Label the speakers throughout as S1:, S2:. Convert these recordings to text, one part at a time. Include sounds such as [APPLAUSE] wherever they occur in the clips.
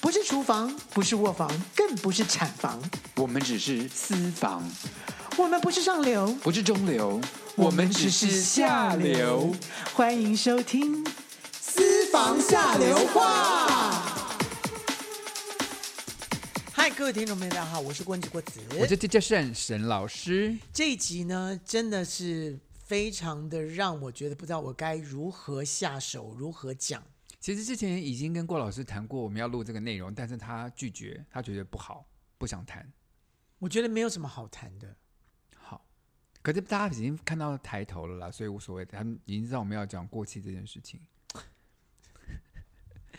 S1: 不是厨房，不是卧房，更不是产房，
S2: 我们只是私房，
S1: 我们不是上流，
S2: 不是中流，
S1: 我
S2: 我们只是下流。。
S1: 欢迎收听《私房下流话》。嗨，各位听众朋友，大家好，我是关子郭子。
S2: 我这这叫圣神老师，
S1: 这一集呢，真的是非常的让我觉得不知道我该如何下手，如何讲。
S2: 其实之前已经跟郭老师谈过我们要录这个内容，但是他拒绝，他觉得不好，不想谈。
S1: 我觉得没有什么好谈的。
S2: 好，可是大家已经看到抬头了啦，所以无所谓，他们已经知道我们要讲过气这件事情。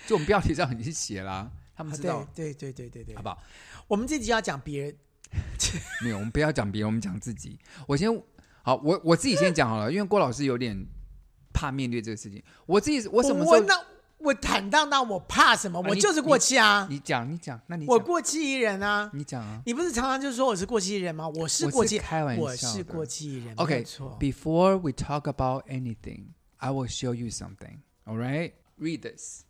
S2: 就我们标题上已经写啦，他们知道，
S1: 对对对对对
S2: 好
S1: 对。
S2: 不好？
S1: 我们这集要讲别人，
S2: 没有，我们不要讲别人，我们讲自己。我先好，我我自己先讲好了，因为郭老师有点怕面对这个事情。我自己，我什么时
S1: 我
S2: 候？
S1: 那我坦荡荡，我怕什么？
S2: 啊
S1: 我
S2: 你
S1: 就是过气啊，
S2: 你讲，你讲，那你
S1: 我
S2: 讲
S1: 过气艺人啊。
S2: 你讲啊。
S1: 你不是常常就说我是过气艺人吗？我是
S2: 我是
S1: 过气，
S2: 开玩笑的
S1: 我是过气艺人。没有
S2: Okay,
S1: 错。
S2: before we talk about anything, I will show you something. All right, read this.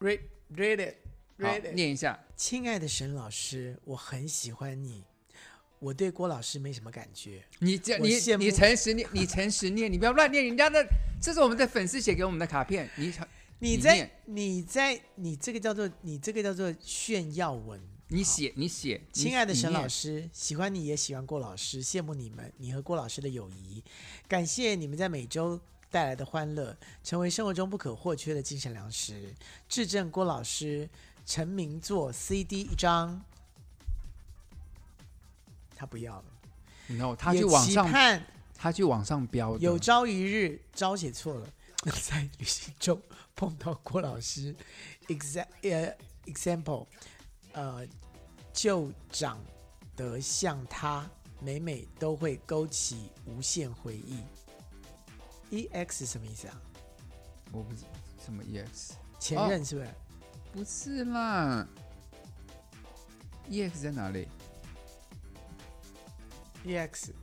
S1: Read read it
S2: 好
S1: read，it。
S2: 念一下。
S1: 亲爱的沈老师，我很喜欢你，我对郭老师没什么感觉。
S2: 你这
S1: 我
S2: 你
S1: 羡慕
S2: 你诚实念，你诚实念，你不要乱念人家的。这是我们的粉丝写给我们的卡片。你
S1: 你
S2: 你
S1: 在
S2: 念
S1: 你在你这个叫做你这个叫做炫耀文。
S2: 你写你写，你
S1: 亲爱的
S2: 你
S1: 沈
S2: 念
S1: 老师，喜欢你也喜欢郭老师，羡慕你们，你和郭老师的友谊，感谢你们在每周带来的欢乐，成为生活中不可或缺的精神粮食。致赠郭老师成名作 CD 一张，他不要了，
S2: 你看他
S1: 也
S2: 去网
S1: 期
S2: 上，
S1: 盼
S2: 他去网上标的。
S1: 有朝一日，招写错了， [LAUGHS] 能在旅行中碰到郭老师，exa 呃 example，呃，就长得像他，每每都会勾起无限回忆。E X 什么意思啊？
S2: 我不是什么
S1: ，E
S2: EX，
S1: 前
S2: 哦
S1: 任是不是？
S2: 不是啦。EX 在哪里？
S1: e X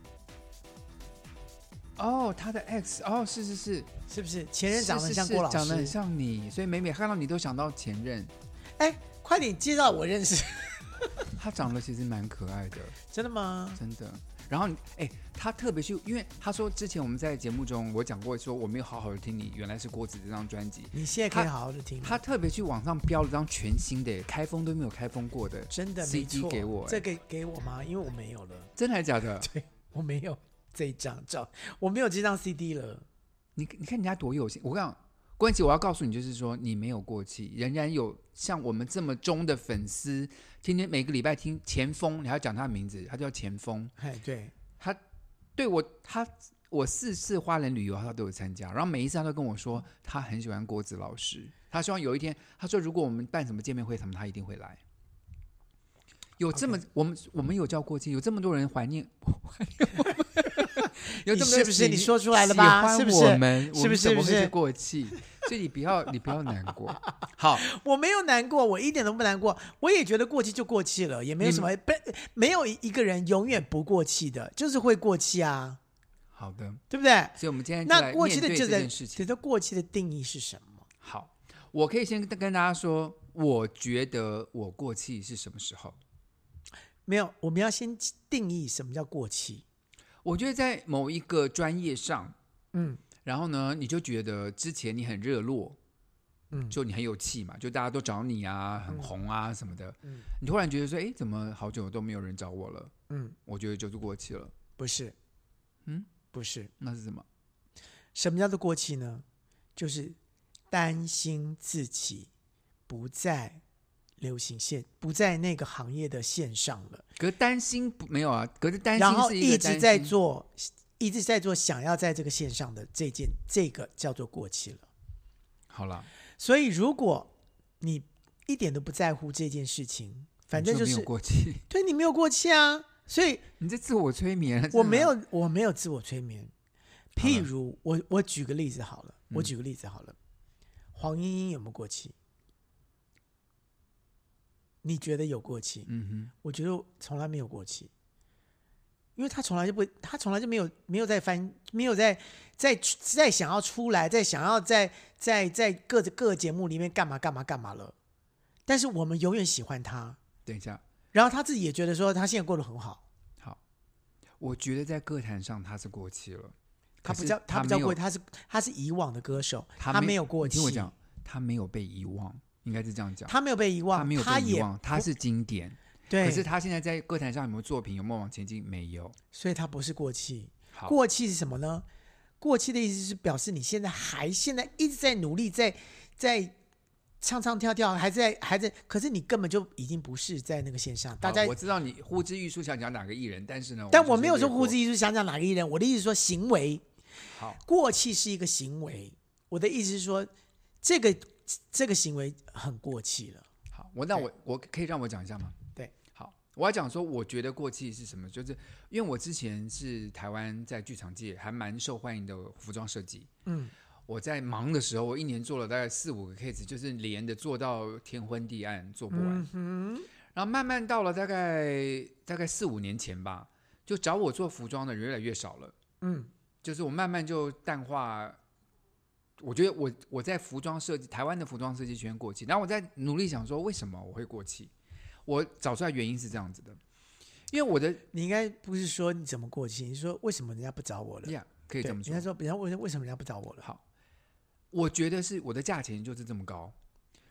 S2: 哦，他的 X，哦，是是是，
S1: 是不是前任
S2: 是
S1: 长得
S2: 是
S1: 像
S2: 是
S1: 郭老
S2: 长得很
S1: 师？
S2: 像你，所以每每看到你都想到前任。
S1: 哎、快点介绍我认识， [LAUGHS]
S2: 他长得其实蛮可爱的，
S1: 真的吗？
S2: 真的。然后你，哎，他特别去，因为他说之前我们在节目中我讲过，说我没有好好的听你原来是郭子这张专辑，
S1: 你现在可以
S2: 他
S1: 好好的听，
S2: 他特别去网上标了张全新的，开封都没有开封过的，
S1: 真的没
S2: CD
S1: 错。
S2: 给我，
S1: 这
S2: 哎
S1: 个给我吗？因为我没有了。
S2: 真的还假的？
S1: 对我没有这一张照，我没有这张 CD 了。
S2: 你你看人家多有心，我跟你讲，关琪，我要告诉你，就是说你没有过气，仍然有像我们这么忠的粉丝，天天每个礼拜听前锋，你还要讲他的名字，他叫前锋，
S1: 哎，对，
S2: 他对我，他我四次花莲旅游，他都有参加，然后每一次他都跟我说他很喜欢郭子老师，他希望有一天，他说如果我们办什么见面会什么，他一定会来。有这么我们我们有叫过期，有这么多人怀念，怀念我们，有这么多
S1: 你是不是
S2: 喜
S1: 你说出来了吧
S2: 喜欢
S1: 是不是
S2: 我们
S1: 是不是
S2: 我们怎
S1: 是不
S2: 么会
S1: 是
S2: 是过气？所以你不要你不要难过。 [LAUGHS] 好，
S1: 我没有难过，我一点都不难过。我也觉得过期就过期了，也没有什么不没有一个人永远不过气的，就是会过气啊，
S2: 好的，
S1: 对不对？
S2: 所以我们今天就
S1: 那
S2: 来
S1: 过期的
S2: 面
S1: 就
S2: 对这
S1: 在
S2: 件事情
S1: 觉。得过期的定义是什么？
S2: 好，我可以先跟大家说，我觉得我过气是什么时候？
S1: 没有，我们要先定义什么叫过期。
S2: 我觉得在某一个专业上，
S1: 嗯，
S2: 然后呢，你就觉得之前你很热络，
S1: 嗯
S2: 就你很有气嘛，就大家都找你啊，很红啊什么的，
S1: 嗯
S2: 你突然觉得说，哎，怎么好久都没有人找我了？
S1: 嗯，
S2: 我觉得就是过气了。
S1: 不是，
S2: 嗯，
S1: 不是。
S2: 那是什么？
S1: 什么叫做过气呢？就是担心自己不在流行线，不在那个行业的线上了，
S2: 可是担心不没有啊？可是担
S1: 然
S2: 心
S1: 后
S2: 是一个
S1: 一
S2: 担
S1: 直
S2: 心
S1: 在做，一直在做想要在这个线上的这件，这个叫做过气了。
S2: 好了，
S1: 所以，如果你一点都不在乎这件事情，反正
S2: 你
S1: 就
S2: 没
S1: 是
S2: 有过气， [LAUGHS]
S1: 对你没有过气啊。所以
S2: 你这自我催眠啊，
S1: 我
S2: 真的
S1: 没有，我没有自我催眠。譬如，我我举个例子好了，
S2: 嗯
S1: 我举个例子好了，黄莺莺有没有过气？你觉得有过气？
S2: 嗯
S1: 我觉得从来没有过气，因为他从来就不，他从来就没有没有在翻，没有在在在想要出来，在想要在在在各各节目里面干嘛干嘛干嘛了。但是我们永远喜欢他，
S2: 等一下，
S1: 然后他自己也觉得说他现在过得很好，
S2: 我觉得在歌坛上他是过气了，
S1: 他
S2: 可
S1: 不
S2: 是
S1: 叫他
S2: 他
S1: 不
S2: 没
S1: 叫
S2: 有
S1: 过，他是他是以往的歌手，
S2: 他
S1: 他
S2: 没
S1: 没有过
S2: 你
S1: 气
S2: 听我，讲，他没有被遗忘，应该是这样讲，
S1: 他没有被遗
S2: 他
S1: 忘，
S2: 没有
S1: 他
S2: 被遗
S1: 也
S2: 忘，他是经典。
S1: 对，
S2: 可是他现在在歌坛上有没有作品，有没有往前进？没有。
S1: 所以他不是过气，
S2: 好，
S1: 过气是什么呢？过气的意思是表示你现在还现在一直在努力，在在唱唱跳跳，还在还在，可是你根本就已经不是在那个线上。大
S2: 好
S1: 家，
S2: 我知道你呼之欲出想讲哪个艺人，但是呢，
S1: 但
S2: 我
S1: 我
S2: 们
S1: 没有
S2: 就是
S1: 说
S2: 略
S1: 呼
S2: 过
S1: 之欲出想讲哪个艺人，我的意思是说行为
S2: 好，
S1: 过气是一个行为，我的意思是说这个这个行为很过气了。
S2: 好，我那我我可以让我讲一下吗？
S1: 对，
S2: 好，我要讲说，我觉得过气是什么？就是因为我之前是台湾在剧场界还蛮受欢迎的服装设计，
S1: 嗯，
S2: 我在忙的时候，我一年做了大概四五个 case，就是连着做到天昏地暗，做不完。
S1: 嗯
S2: 然后慢慢到了大概大概四五年前吧，就找我做服装的人越来越少了。
S1: 嗯，
S2: 就是我慢慢就淡化。我觉得我我在服装设计台湾的服装设计圈过气，然后我在努力想说为什么我会过气，我找出来原因是这样子的，因为我的
S1: 你应该不是说你怎么过气，你是说为什么人家不找我了？
S2: 呀可
S1: 呃
S2: 以
S1: 对，
S2: 这么
S1: 人
S2: 说
S1: 家，说，人家问为什么人家不找我了？
S2: 好，我觉得是我的价钱就是这么高，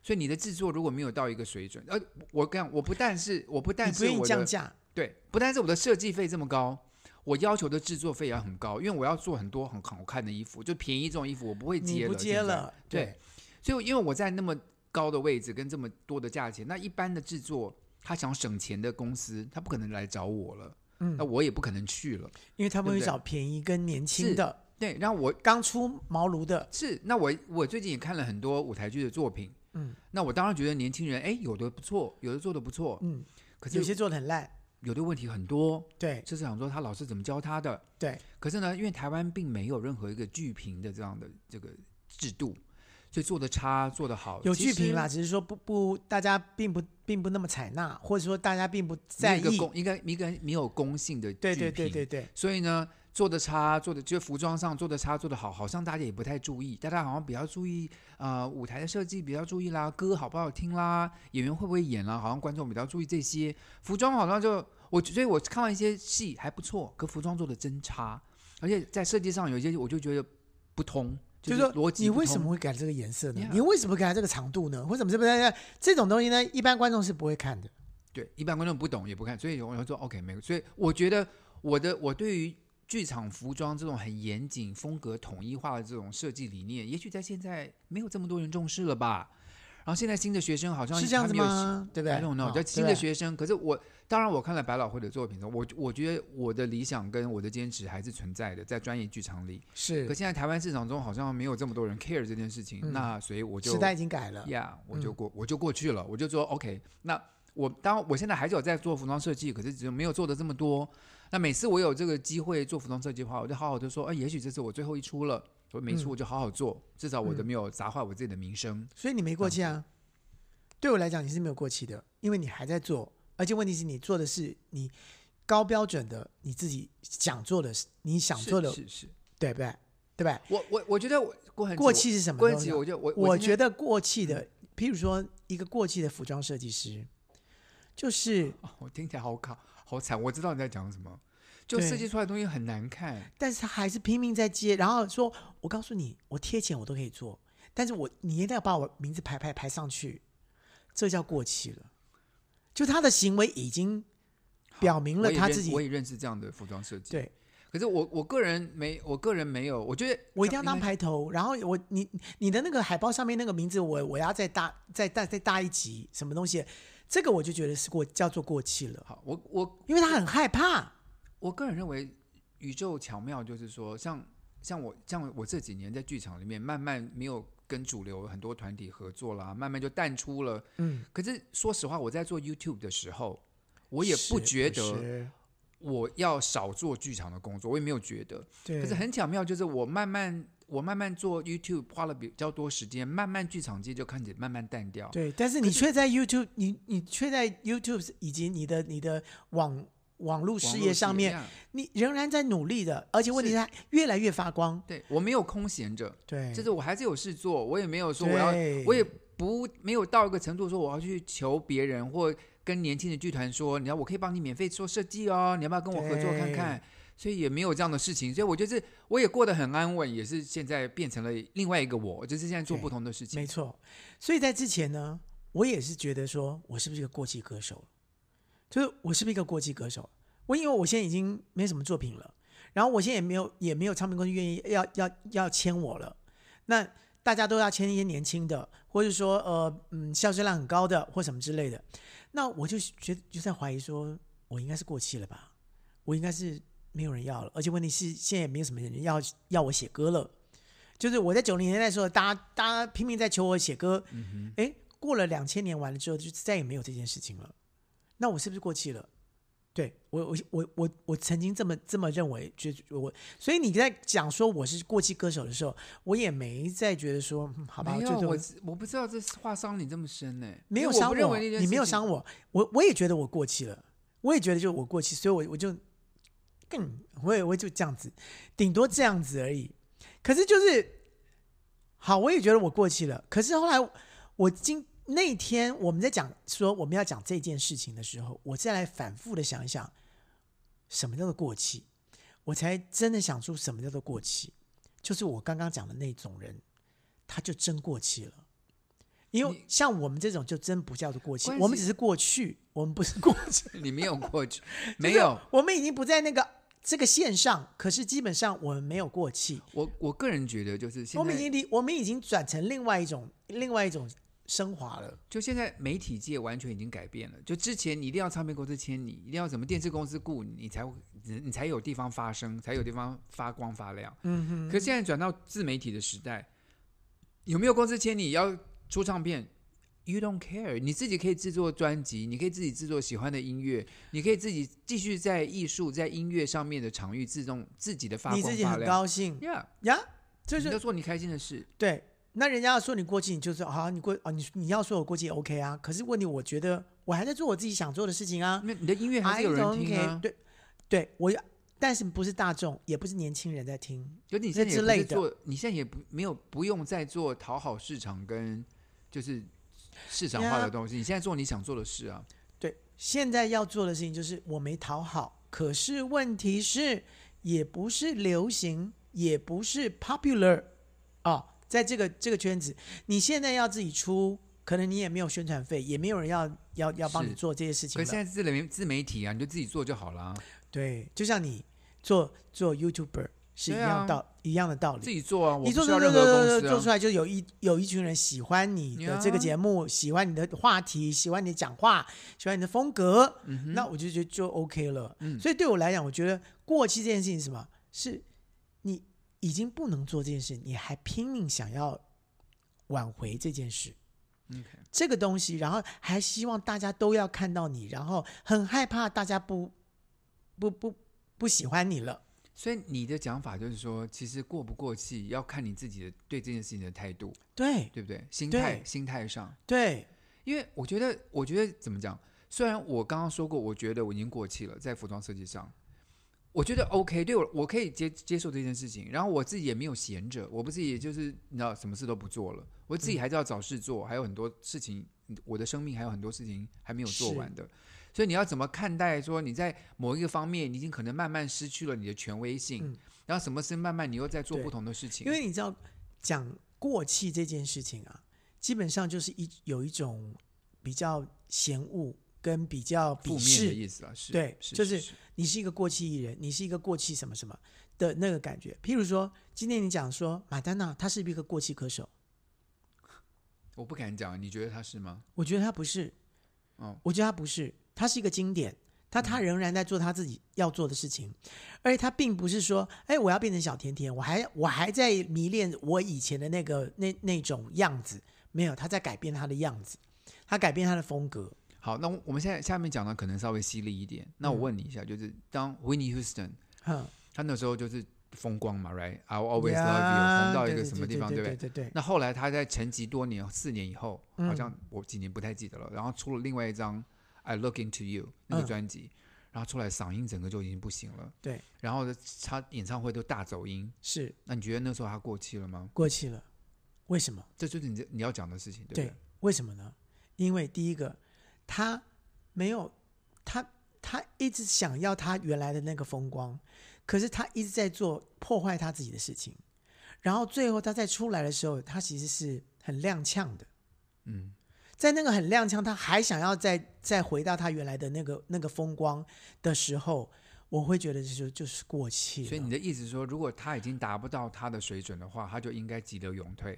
S2: 所以你的制作如果没有到一个水准，呃，我跟你讲我不但是我不但
S1: 你不
S2: 是
S1: 愿意
S2: 我
S1: 降
S2: 的
S1: 价，
S2: 对，不但是我的设计费这么高，我要求的制作费也很高，因为我要做很多很好看的衣服，就便宜这种衣服我不会接
S1: 你
S2: 了，
S1: 不接
S2: 现在
S1: 了，
S2: 对，所以因为我在那么高的位置跟这么多的价钱，那一般的制作他想省钱的公司，他不可能来找我了，
S1: 嗯
S2: 那我也不可能去了。
S1: 因为他们会
S2: 对不对
S1: 找便宜跟年轻
S2: 是
S1: 的、
S2: 对，然后我
S1: 刚出茅庐的，
S2: 是那我我最近也看了很多舞台剧的作品，
S1: 嗯，
S2: 那我当然觉得年轻人哎有的不错，有的做的不错，
S1: 嗯，
S2: 可
S1: 有
S2: 是
S1: 些做的很烂，
S2: 有的问题很多，
S1: 对
S2: 就是想说他老师怎么教他的，
S1: 对，
S2: 可是呢，因为台湾并没有任何一个剧评的这样的这个制度，所以做的差做的好
S1: 有
S2: 哦其
S1: 剧
S2: 实
S1: 评啦，只是说不不，大家并不并不那么采纳，或者说大家并不在
S2: 没有一
S1: 意，
S2: 个公应该一个没有公信的
S1: 对
S2: 剧
S1: 对对
S2: 评
S1: 对对，
S2: 所以呢，做的差，做的就服装上做的差，做的好，好像大家也不太注意，大家好像比较注意呃舞台的设计比较注意啦，歌好不好听啦，演员会不会演啦，好像观众比较注意这些，服装好像就我所以我看完一些戏还不错，可服装做的真差，而且在设计上有一些我就觉得不通，
S1: 就是是
S2: 逻
S1: 说
S2: 辑
S1: 你
S2: 不
S1: 为
S2: 通
S1: 什么会改这个颜色呢
S2: Yeah
S1: 你为什么改这个长度呢？为什么这么这种东西呢？一般观众是不会看的。
S2: 对，一般观众不懂也不看，所以我就说 OK 没有。所以我觉得我的我对于剧场服装这种很严谨、风格统一化的这种设计理念，也许在现在没有这么多人重视了吧。然后现在新的学生好像
S1: 是这样
S2: 还
S1: 子
S2: 没有
S1: 吗？对不对
S2: ？I don't know，
S1: 啊
S2: 就
S1: 对
S2: 新
S1: 不
S2: 的
S1: 对
S2: 学生。可是我当然我看了百老汇的作品中，我我觉得我的理想跟我的坚持还是存在的，在专业剧场里。
S1: 是
S2: 可现在台湾市场中好像没有这么多人 care 这件事情，
S1: 嗯
S2: 那所以我就
S1: 时代已经改了，
S2: 呀我就
S1: 嗯
S2: 过、我就过去了，我就说 OK，那我当然我现在还是有在做服装设计，可是只是没有做的这么多。那每次我有这个机会做服装设计的话，我就好好的说，哎，也许这是我最后一出了，我每出
S1: 嗯
S2: 我就好好做，至少我的
S1: 嗯
S2: 没有砸坏我自己的名声。
S1: 所以你没过
S2: 这
S1: 气啊。对我来讲，你是没有过气的，因为你还在做，而且问题是你做的是你高标准的，你自己想做的事，你想
S2: 是
S1: 做的，
S2: 是是，
S1: 对不对？对不对？
S2: 我我我觉得我过很
S1: 过，气是什么
S2: 过
S1: 东
S2: 很
S1: 西
S2: 久，
S1: 啊？
S2: 我就我嗯
S1: 我
S2: 今
S1: 觉
S2: 天
S1: 得过气的，譬如说一个过气的服装设计师，就是，
S2: 哦我听起来好卡好惨，我知道你在讲什么，就
S1: 对
S2: 设计出来的东西很难看。
S1: 但是他还是拼命在接，然后说：“我告诉你，我贴钱我都可以做，但是我你一定要把我名字排排排上去，这叫过气了。”就他的行为已经表明
S2: 我
S1: 了
S2: 也
S1: 他
S2: 认
S1: 自己
S2: 我也认识这样的服装设计。
S1: 对，
S2: 可是我我个人没，我个人没有，我觉得
S1: 我一定要
S2: 应该
S1: 当排头，然后我你你的那个海报上面那个名字我，我要再大再大再大一级什么东西，这个我就觉得是过叫做过气了，
S2: 好，我我
S1: 因为他很害怕。
S2: 我个人认为，宇宙巧妙就是说，像像我像我这几年在剧场里面，慢慢没有跟主流很多团体合作啦，慢慢就淡出了。
S1: 嗯，
S2: 可是说实话，我在做 YouTube 的时候，我也不觉得
S1: 是
S2: 我要少做剧场的工作，我也没有觉得。
S1: 对，
S2: 可是很巧妙，就是我慢慢我慢慢做 YouTube，花了比较多时间，慢慢剧场界就开始慢慢淡掉。
S1: 对，但是你却在 YouTube，你你却在 YouTube 以及你的你的网网络
S2: 网
S1: 事
S2: 络
S1: 业上
S2: 是一
S1: 面，
S2: 样
S1: 你仍然在努力的，而且问题
S2: 是
S1: 是它越来越发光。
S2: 对我没有空闲着。
S1: 对，
S2: 就是我还是有事做，我也没有说我要，
S1: 哎对
S2: 我也不没有到一个程度说我要去求别人或跟年轻的剧团说，你要我可以帮你免费做设计哦，你要不要跟我合作看看？所以也没有这样的事情，所以我就是我也过得很安稳，也是现在变成了另外一个我，就是现在做
S1: 对
S2: 不同的事情
S1: 没。错，所以在之前呢，我也是觉得说我是不是一个过气歌手了，就是我是不是一个过气歌手？我因为我现在已经没什么作品了，然后我现在也没有也没有唱片公司愿意要要要签我了，那大家都要签一些年轻的，或者说呃嗯销售量很高的或什么之类的，那我就觉得就在怀疑说我应该是过气了吧，我应该是没有人要了，而且问题是现在也没有什么人要要我写歌了。就是我在九零年代的时候，大家大家拼命在求我写歌，哎、过了两千年完了之后，就再也没有这件事情了。那我是不是过气了？对我，我我我我曾经这么这么认为，觉我，所以你在讲说我是过气歌手的时候，我也没再觉得说，嗯好吧，
S2: 没
S1: 就
S2: 有，
S1: 就
S2: 我我不知道这话伤你这么深呢、
S1: 没有
S2: 因为
S1: 伤
S2: 我，不认为那件
S1: 你没有
S2: 事情
S1: 伤我，我我也觉得我过气了，我也觉得就我过气，所以我我就更我也我就这样子，顶多这样子而已。可是就是好，我也觉得我过气了。可是后来我今那天我们在讲说我们要讲这件事情的时候，我再来反复的想一想，什么叫做过气，我才真的想出什么叫做过气，就是我刚刚讲的那种人，他就真过气了。因为像我们这种就真不叫做过气，
S2: 关系
S1: 我们只是过去，我们不是过去，
S2: 你没有
S1: [LAUGHS]
S2: 过去，没有。
S1: 我们已经不在那个这个线上，可是基本上我们没有过气，
S2: 我我个人觉得就是现
S1: 我们已
S2: 在，
S1: 经离我们已经转成另外一种另外一种升华了。
S2: 嗯就现在媒体界完全已经改变了。就之前你一定要唱片公司签你，一定要什么电视公司雇你，你才会你你才有地方发声，才有地方发光发亮。
S1: 嗯哼，
S2: 可现在转到自媒体的时代，有没有公司签你要出唱片？You don't care，你自己可以制作专辑，你可以自己制作喜欢的音乐，你可以自己继续在艺术、在音乐上面的场域自动自己的发
S1: 你
S2: 光
S1: 自己
S2: 发
S1: 很
S2: 亮。
S1: 高兴
S2: Yeah，
S1: 呀，就
S2: 你
S1: 是
S2: 要做你开心的事。
S1: 对。那人家要说你过气，你就说好、你过啊，你你要说我过气也 OK 啊。可是问题，我觉得我还在做我自己想做的事情啊。
S2: 那你的音乐还
S1: I
S2: 是有人
S1: don't
S2: 听
S1: care，
S2: 啊，
S1: 对，对我，但是不是大众，也不是年轻人在听，
S2: 就你现在
S1: 之
S2: 也不
S1: 类
S2: 是
S1: 的
S2: 做，你现在也不没有不用再做讨好市场跟就是市场化
S1: 呀
S2: 的东西，你现在做你想做的事啊。
S1: 对，现在要做的事情就是我没讨好，可是问题是也不是流行，也不是 popular 啊、在这个这个圈子，你现在要自己出，可能你也没有宣传费，也没有人要要要帮你
S2: 是
S1: 做这些事情
S2: 可
S1: 了
S2: 是现在自媒自媒体啊，你就自己做就好了啊、
S1: 对，就像你做做 YouTuber 是一
S2: 对
S1: 样
S2: 啊
S1: 道、一样的道
S2: 自
S1: 理。
S2: 己做啊，我
S1: 你
S2: 不
S1: 做
S2: 需
S1: 做做
S2: 要任何
S1: 做做
S2: 公
S1: 做
S2: 司
S1: 出
S2: 啊。
S1: 来，就有一有一群人喜欢你的这个
S2: 呀
S1: 节目，喜欢你的话题，喜欢你的讲话，喜欢你的风格，那我就觉得就 OK 了。
S2: 嗯
S1: 所以对我来讲，我觉得过期这件事情是什么？是你已经不能做这件事，你还拼命想要挽回这件事。
S2: OK
S1: 这个东西，然后还希望大家都要看到你，然后很害怕大家不不不不喜欢你了。
S2: 所以你的讲法就是说，其实过不过气要看你自己的对这件事情的态度，
S1: 对
S2: 对不对？心态
S1: 对
S2: 心态上，
S1: 对，
S2: 因为我觉得，我觉得怎么讲？虽然我刚刚说过，我觉得我已经过气了，在服装设计上，我觉得 OK，对我我可以接接受这件事情。然后我自己也没有闲着，我不是也就是你知道什么事都不做了，我
S1: 嗯
S2: 自己还是要找事做，还有很多事情，我的生命还有很多事情还没有做
S1: 是
S2: 完的。所以你要怎么看待说你在某一个方面，你已经可能慢慢失去了你的权威性，
S1: 嗯
S2: 然后什么事慢慢你又在做
S1: 对
S2: 不同的事情，
S1: 因为你知道讲过气这件事情啊，基本上就是一有一种比较嫌恶跟比较
S2: 负
S1: 鄙
S2: 面的
S1: 视，
S2: 意思了，是
S1: 对
S2: 是
S1: 就是
S2: 是
S1: 你是一个过气艺人，你是一个过气什么什么的那个感觉。譬如说，今天你讲说马丹娜，她是不是一个过气歌手？
S2: 我不敢讲，你觉得他是吗？
S1: 我觉得她不是，
S2: 哦，
S1: 我觉得他不是，他是一个经典，他他仍然在做他自己要做的事情，而且他并不是说，哎，我要变成小甜甜，我还我还在迷恋我以前的那个那那种样子，没有，他在改变他的样子，他改变他的风格，
S2: 好，那我我们现在下面讲的可能稍微犀利一点。
S1: 嗯
S2: 那我问你一下，就是当 Winnie Houston
S1: 哼
S2: 他那时候就是风光嘛，right？I will always love you，红到一个什么地方，
S1: 对
S2: 对不
S1: 对
S2: 对？
S1: 对对，
S2: 那后来他在沉寂多年，四年以后，
S1: 嗯
S2: 好像我几年不太记得了。然后出了另外一张《I Look Into You》那
S1: 嗯
S2: 个专辑，然后出来嗓音整个就已经不行了。
S1: 对，
S2: 然后他演唱会都大走音。
S1: 是
S2: 那你觉得那时候他过气了吗？
S1: 过气了，为什么？
S2: 这就是你你要讲的事情，对不
S1: 对
S2: 对？
S1: 为什么呢？因为第一个，他没有他他一直想要他原来的那个风光，可是他一直在做破坏他自己的事情，然后最后他在出来的时候，他其实是很踉跄的。
S2: 嗯，
S1: 在那个很踉跄，他还想要再再回到他原来的那个那个风光的时候，我会觉得这就就是过气了。
S2: 所以你的意思是说，如果他已经达不到他的水准的话，他就应该急流勇退。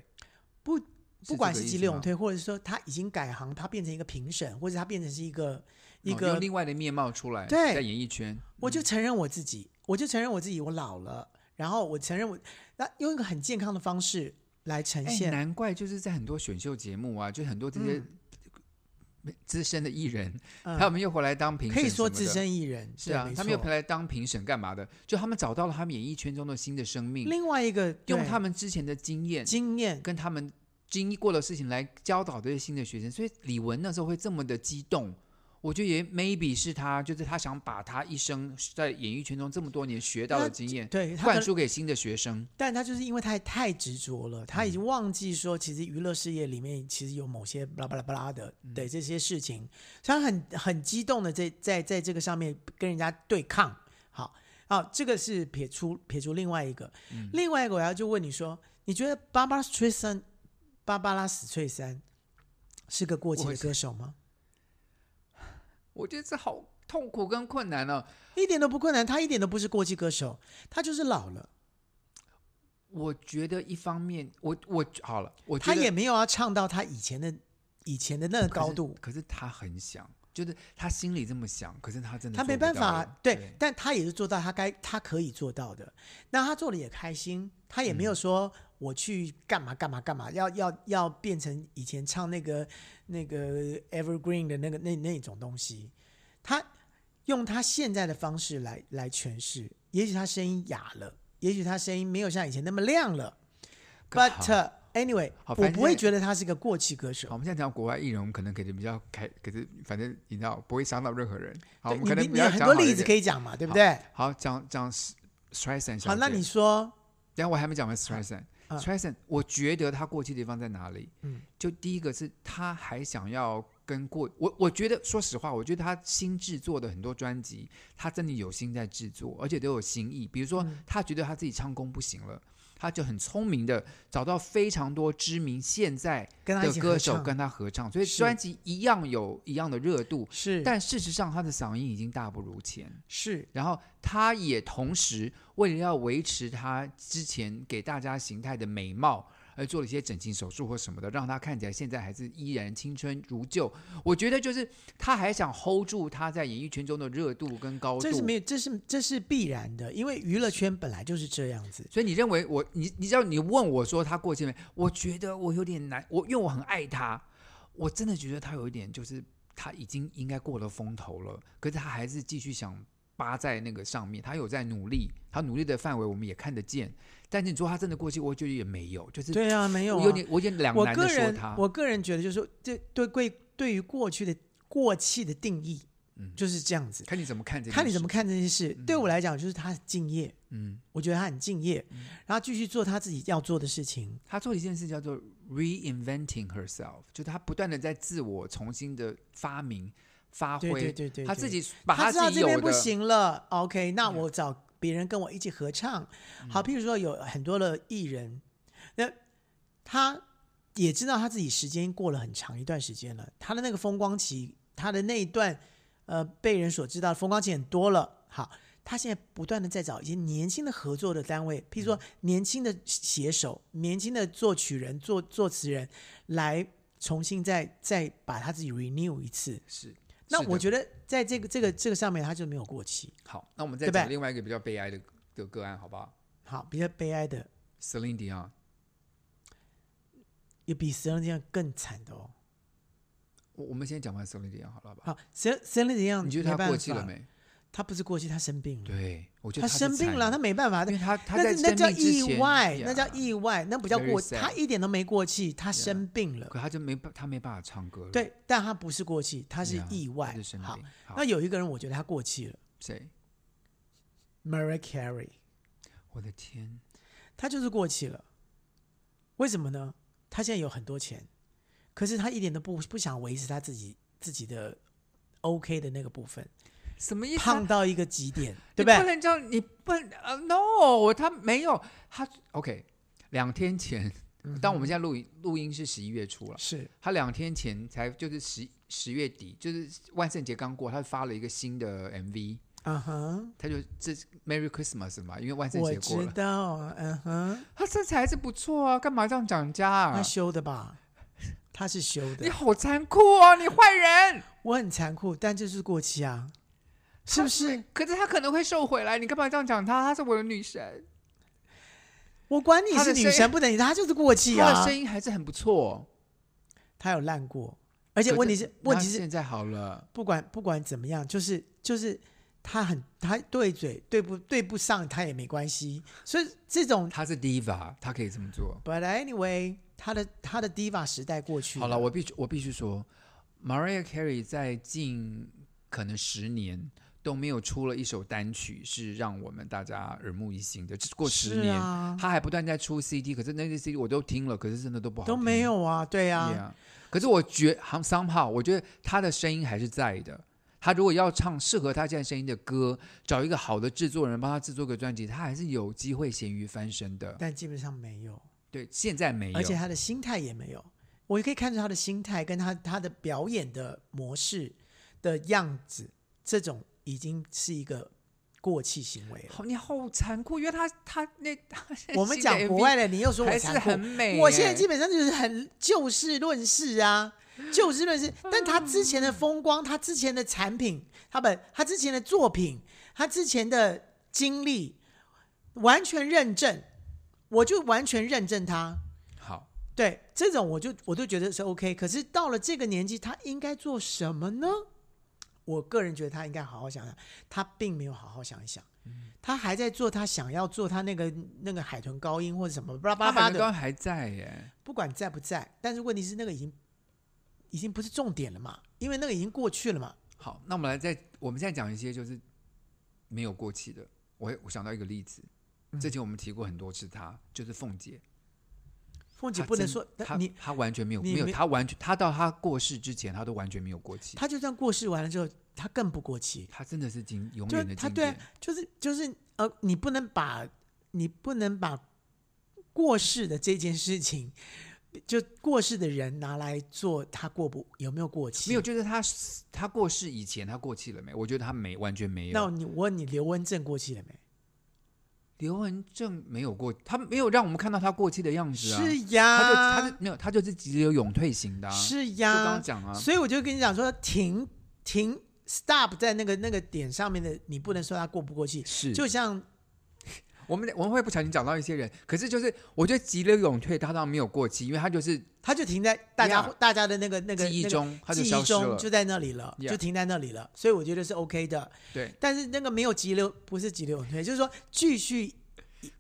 S1: 不
S2: 这
S1: 不管
S2: 个
S1: 是
S2: 意
S1: 急
S2: 思
S1: 流
S2: 吗
S1: 勇退，或者说他已经改行，他变成一个评审，或者他变成是一个一
S2: 哦
S1: 个、
S2: 用另外的面貌出来，
S1: 对
S2: 在演艺圈，嗯
S1: 我就承认我自己，我就承认我自己，我老了，然后我承认我，那用一个很健康的方式来呈
S2: 哎，
S1: 现。
S2: 难怪就是在很多选秀节目啊，就很多这些资深的艺人，
S1: 嗯
S2: 他们又回来当评审
S1: 可
S2: 什么的，
S1: 以说资深艺人
S2: 是
S1: 对
S2: 啊
S1: 没，
S2: 他们又
S1: 错
S2: 回来当评审干嘛的？就他们找到了他们演艺圈中的新的生命，
S1: 另外一个
S2: 用
S1: 对
S2: 他们之前的经验
S1: 经验，
S2: 跟他们经历过的事情来教导这些新的学生，所以李玟那时候会这么的激动。我觉得也 maybe 是他，就是他想把他一生在演艺圈中这么多年学到的
S1: 那
S2: 经验
S1: 对他
S2: 灌
S1: 可能，
S2: 输给新的学生。
S1: 但他就是因为太太执着了，他已
S2: 嗯
S1: 经忘记说，其实娱乐事业里面其实有某些巴拉巴拉巴拉的
S2: 嗯
S1: 对这些事情，所以他很很激动的在在在这个上面跟人家对抗。好，哦，这个是撇出撇出另外一个，
S2: 嗯
S1: 另外一个我要就问你说，你觉得芭芭拉史翠珊，芭芭拉史翠珊是个过气
S2: 我
S1: 的
S2: 会
S1: 歌手吗？
S2: 我觉得这好痛苦跟困难哦。
S1: 一点都不困难，她一点都不是过气歌手，她就是老了，
S2: 我觉得一方面，我我好了，我觉
S1: 她
S2: 得
S1: 也没有要唱到她以前的以前的那个
S2: 可是
S1: 高度，
S2: 可是他很想，就是他心里这么想，可是他真的
S1: 他没
S2: 做
S1: 办
S2: 不到
S1: 法
S2: 了，
S1: 对，但他也是做到他该他可以做到的。那他做的也开心，他也没
S2: 嗯
S1: 有说我去干嘛干嘛干嘛，要要要变成以前唱那个那个 Evergreen 的那个那那种东西。他用他现在的方式来来诠释，也许他声音哑了，也许他声音没有像以前那么亮了。
S2: 可
S1: But
S2: 好
S1: uh, anyway，
S2: 好反
S1: 我
S2: 正
S1: 不会
S2: 现在
S1: 觉得他是个过气歌手
S2: 好，。我们现在讲国外艺人，我们可能可以比较开，可是反正你知道不会伤到任何人。好，我
S1: 对你
S2: 们可能
S1: 你
S2: 比
S1: 你
S2: 较
S1: 有很多例子可
S2: 以。
S1: 以讲嘛，对不
S2: 好
S1: 对？
S2: 好，讲讲 S- Streisand 小
S1: 好，那
S2: 姐
S1: 你说，
S2: 等一下我还没讲完 Streisand。
S1: 嗯
S2: Streisand，我觉得他过气的地方在哪里？
S1: 嗯，
S2: 就第一个是他还想要跟过我，我觉得说实话，我觉得他新制作的很多专辑，他真的有心在制作，而且都有新意。比如说，
S1: 嗯
S2: 他觉得他自己唱功不行了，他就很聪明的找到非常多知名现在
S1: 跟他一
S2: 的
S1: 起合
S2: 歌手
S1: 唱
S2: 跟他合唱，所以
S1: 是
S2: 专辑一样有一样的热度。
S1: 是
S2: 但事实上，他的嗓音已经大不如前。
S1: 是
S2: 然后他也同时为了要维持他之前给大家形态的美貌，而做了一些整形手术或什么的，让他看起来现在还是依然青春如旧。我觉得就是他还想 hold 住他在演艺圈中的热度跟高
S1: 这是没有，
S2: 度。
S1: 这是这是必然的，因为娱乐圈本来就是这样子。
S2: 所以你认为我你你知道你问我说他过气没？我觉得我有点难，我因为我很爱他，我真的觉得他有一点就是他已经应该过了风头了，可是他还是继续想扒在那个上面，他有在努力，他努力的范围我们也看得见，但是你说他真的过去，我觉得也没有，就是
S1: 对啊，没有、
S2: 我
S1: 啊，
S2: 有点我有点两
S1: 我
S2: 难
S1: 个
S2: 的说
S1: 人
S2: 他，
S1: 我个人觉得就是说，这对贵对于过去的过气的定义，
S2: 嗯
S1: 就是这样子。
S2: 看你怎么看这，
S1: 看你怎么，看这件事。对我来讲，就是他敬业，
S2: 嗯，
S1: 我觉得他很敬业，然后继续做他自己要做的事情。
S2: 他做了一件事叫做 reinventing herself，就是他不断的在自我重新的发明发挥，
S1: 对对对对，
S2: 他
S1: 对
S2: 自己把
S1: 他知道
S2: 自
S1: 这
S2: 己有
S1: 边
S2: 的
S1: 不行了，OK，那
S2: 嗯
S1: 我找别人跟我一起合唱。好，譬如说有很多的艺人，那他也知道他自己时间过了很长一段时间了，他的那个风光期，他的那一段呃被人所知道的风光期很多了。好，他现在不断的在找一些年轻的合作的单位，譬如
S2: 嗯
S1: 说年轻的写手、年轻的作曲人、作作词人来。重新再再把他自己 renew 一次，
S2: 是。
S1: 那
S2: 是的
S1: 我觉得在这个这个这个上面，他就没有过期。
S2: 好，那我们再
S1: 对吧
S2: 讲另外一个比较悲哀的的个案，好不好
S1: 好，比较悲哀的，
S2: ？Celine Dion，
S1: 有比神人这样更惨的哦。
S2: 我我们先讲完 Celine Dion 好了好吧？
S1: 好，神神人这样，
S2: 你觉得
S1: 没
S2: 他
S1: 办
S2: 过气了
S1: 法？
S2: 没？
S1: 他不是过气，他生病了。
S2: 对，我觉
S1: 他
S2: 得是
S1: 生病
S2: 惨
S1: 了，他
S2: 的
S1: 没办法。
S2: 因为
S1: 那
S2: 他他在
S1: 那那
S2: 生
S1: 叫
S2: 病之
S1: 意
S2: 前
S1: 外，
S2: 呀
S1: 那叫意外，那不叫
S2: Very
S1: 过，
S2: sad
S1: 他一点都没过气，他
S2: Yeah
S1: 生病了。
S2: 可他就没办，他没办法唱歌了。
S1: 对，但他不是过气，他是
S2: Yeah，
S1: 意
S2: 他
S1: 外
S2: 就生。
S1: 好
S2: 病，。好
S1: 那有一个人，我觉得他过气了
S2: 谁？
S1: ，Mariah Carey，
S2: 我的天，
S1: 他就是过气了。为什么呢？他现在有很多钱，可是他一点都不不想维持他自己自己的 OK 的那个部分，
S2: 什么意思啊？
S1: 胖到一个极点，对
S2: 你
S1: 不
S2: 不
S1: 对？
S2: 能叫你不呃 no，他没有他 OK。两天前，
S1: 嗯
S2: 但我们现在录音录音是十一月初了，
S1: 是
S2: 他两天前才就是十十月底，就是万圣节刚过，他发了一个新的 MV，
S1: 嗯哼，
S2: 他就这 Merry Christmas 嘛，因为万圣
S1: 我
S2: 节过
S1: 知
S2: 了，
S1: 道，嗯哼，
S2: 他身材还是不错啊，干嘛这样讲人家、啊
S1: 他？修的吧？他是修
S2: 你
S1: 的，
S2: 好残酷哦，你坏人！
S1: 我很残酷，但就是过期啊，是不是？
S2: 可是他可能会瘦回来，你干嘛这样讲他？她是我的女神，
S1: 我管你
S2: 他
S1: 是
S2: 的
S1: 女
S2: 声
S1: 神
S2: 音
S1: 不等于她就是过气
S2: 她的
S1: 啊，
S2: 声音还是很不错。
S1: 她有烂过，而且
S2: 可
S1: 问题是，问题
S2: 她
S1: 是
S2: 现在好了，
S1: 不管不管怎么样，就是就是她很她对嘴对不对不上她也没关系，所以这种
S2: 她是 diva，她可以这么做。
S1: But anyway，她的她的 diva 时代过去
S2: 好了，我必须我必须说，Mariah Carey 在近可能十年都没有出了一首单曲是让我们大家耳目一新的。这过十
S1: 是
S2: 年，
S1: 啊、
S2: 她还不断在出 CD，可是那些 CD 我都听了，可是真的都不好听，
S1: 都没有啊，对啊
S2: Yeah，可是我觉 somehow，我觉得他的声音还是在的。他如果要唱适合他现在声音的歌，找一个好的制作人帮他制作个专辑，他还是有机会咸鱼翻身的。
S1: 但基本上没有，
S2: 对，现在没有。
S1: 而且她的心态也没有，我也可以看出她的心态跟她她的表演的模式的样子，这种已经是一个过气行
S2: [LAUGHS]
S1: 为了。
S2: 好，你好残酷，因为他他那他现在
S1: 我们
S2: 新的
S1: 讲
S2: MV
S1: 国外的，你又说我
S2: 还是
S1: 残酷
S2: 很，美耶。
S1: 我现在基本上就是很就事论事啊，就事论事。
S2: 嗯
S1: 但他之前的风光，他之前的产品，他本他之前的作品，他之前的经历，完全认证，我就完全认证他。
S2: 好，
S1: 对，这种我就我就觉得是 OK。可是到了这个年纪，他应该做什么呢？我个人觉得他应该好好想想，他并没有好好想一想，他还在做他想要做他那个那个海豚高音或者什么巴拉巴
S2: 他
S1: 拉巴拉
S2: 海
S1: 的
S2: 豚，刚还在耶。
S1: 不管在不在，但是问题是那个已经已经不是重点了嘛，因为那个已经过去了嘛。
S2: 好，那我们来再我们现在讲一些就是没有过气的。我我想到一个例子，
S1: 嗯
S2: 之前我们提过很多次他，就是凤姐。
S1: 凤姐
S2: 他
S1: 不能
S2: 真
S1: 说
S2: 他
S1: 你，
S2: 他完全没有
S1: 你
S2: 没有
S1: 没
S2: 他完全他到他过世之前，他都完全没有过气。
S1: 她
S2: 他
S1: 就算过世完了之后，她更不过气。
S2: 真的是经永
S1: 就
S2: 远的
S1: 她
S2: 经
S1: 对啊
S2: 典。，
S1: 就是就是呃，你不能把你不能把过世的这件事情，就过世的人拿来做他过不有没有过气？
S2: 没有，。就是他死他过世以前，他过气了没？我觉得他没完全没
S1: 那
S2: 有。
S1: 你我问你，刘文正过气了没？
S2: 刘文正没有过，他没有让我们看到他过气的样子啊。
S1: 是
S2: 他就
S1: 呀，
S2: 他就没有，他就是急流勇退型的、啊。
S1: 是
S2: 就
S1: 呀，
S2: 刚刚讲啊，
S1: 所以我就跟你讲说，停停 stop 在那个那个点上面的，你不能说他过不过气。
S2: 是
S1: 就像
S2: 我们我们会不小心讲到一些人，可是就是我觉得急流勇退，他倒没有过气，因为他就是
S1: 他就停在大家
S2: Yeah
S1: 大家的那个那个
S2: 记
S1: 那
S2: 忆
S1: 个
S2: 中、他就
S1: 记
S2: 消
S1: 忆
S2: 失
S1: 中
S2: 了。
S1: 就在那里了
S2: Yeah
S1: 就停在那里了。所以我觉得是 OK 的。
S2: 对，
S1: 但是那个没有急流，不是急流勇退，就是说继续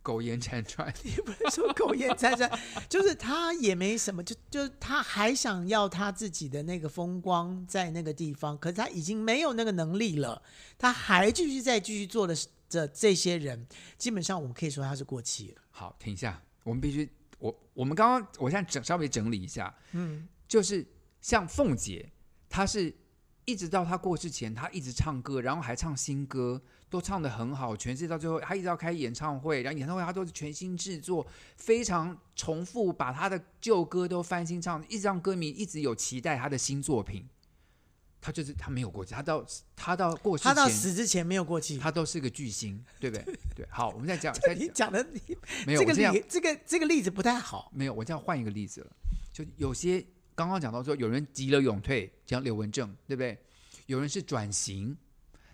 S2: 苟延残喘。
S1: [LAUGHS] 说苟延残喘，就是他也没什么，就就他还想要他自己的那个风光在那个地方，可是他已经没有那个能力了，他还继续在继续做的这这些人，基本上我们可以说他是过气了。
S2: 好，停一下，我们必须，我我们刚刚，我现在整稍微整理一下，嗯，就是像凤姐，她是一直到她过世前，她一直唱歌，然后还唱新歌，都唱得很好，全世界到最后，她一直要开演唱会，然后演唱会她都是全新制作，非常重复，把她的旧歌都翻新唱，一直让歌迷一直有期待她的新作品。她就是她没有过去，她到她到过世
S1: 他到
S2: 前，
S1: 死之前没有过气。
S2: 她都是个巨星，对不对？对，好，我们
S1: [LAUGHS]
S2: 再讲，再
S1: 你讲的你
S2: 没有
S1: 这个
S2: 我这样
S1: 例这个这个例子不太好，
S2: 没有，我这样换一个例子了，就有些刚刚讲到说，有人急流勇退，像刘文正，对不对？有人是转型，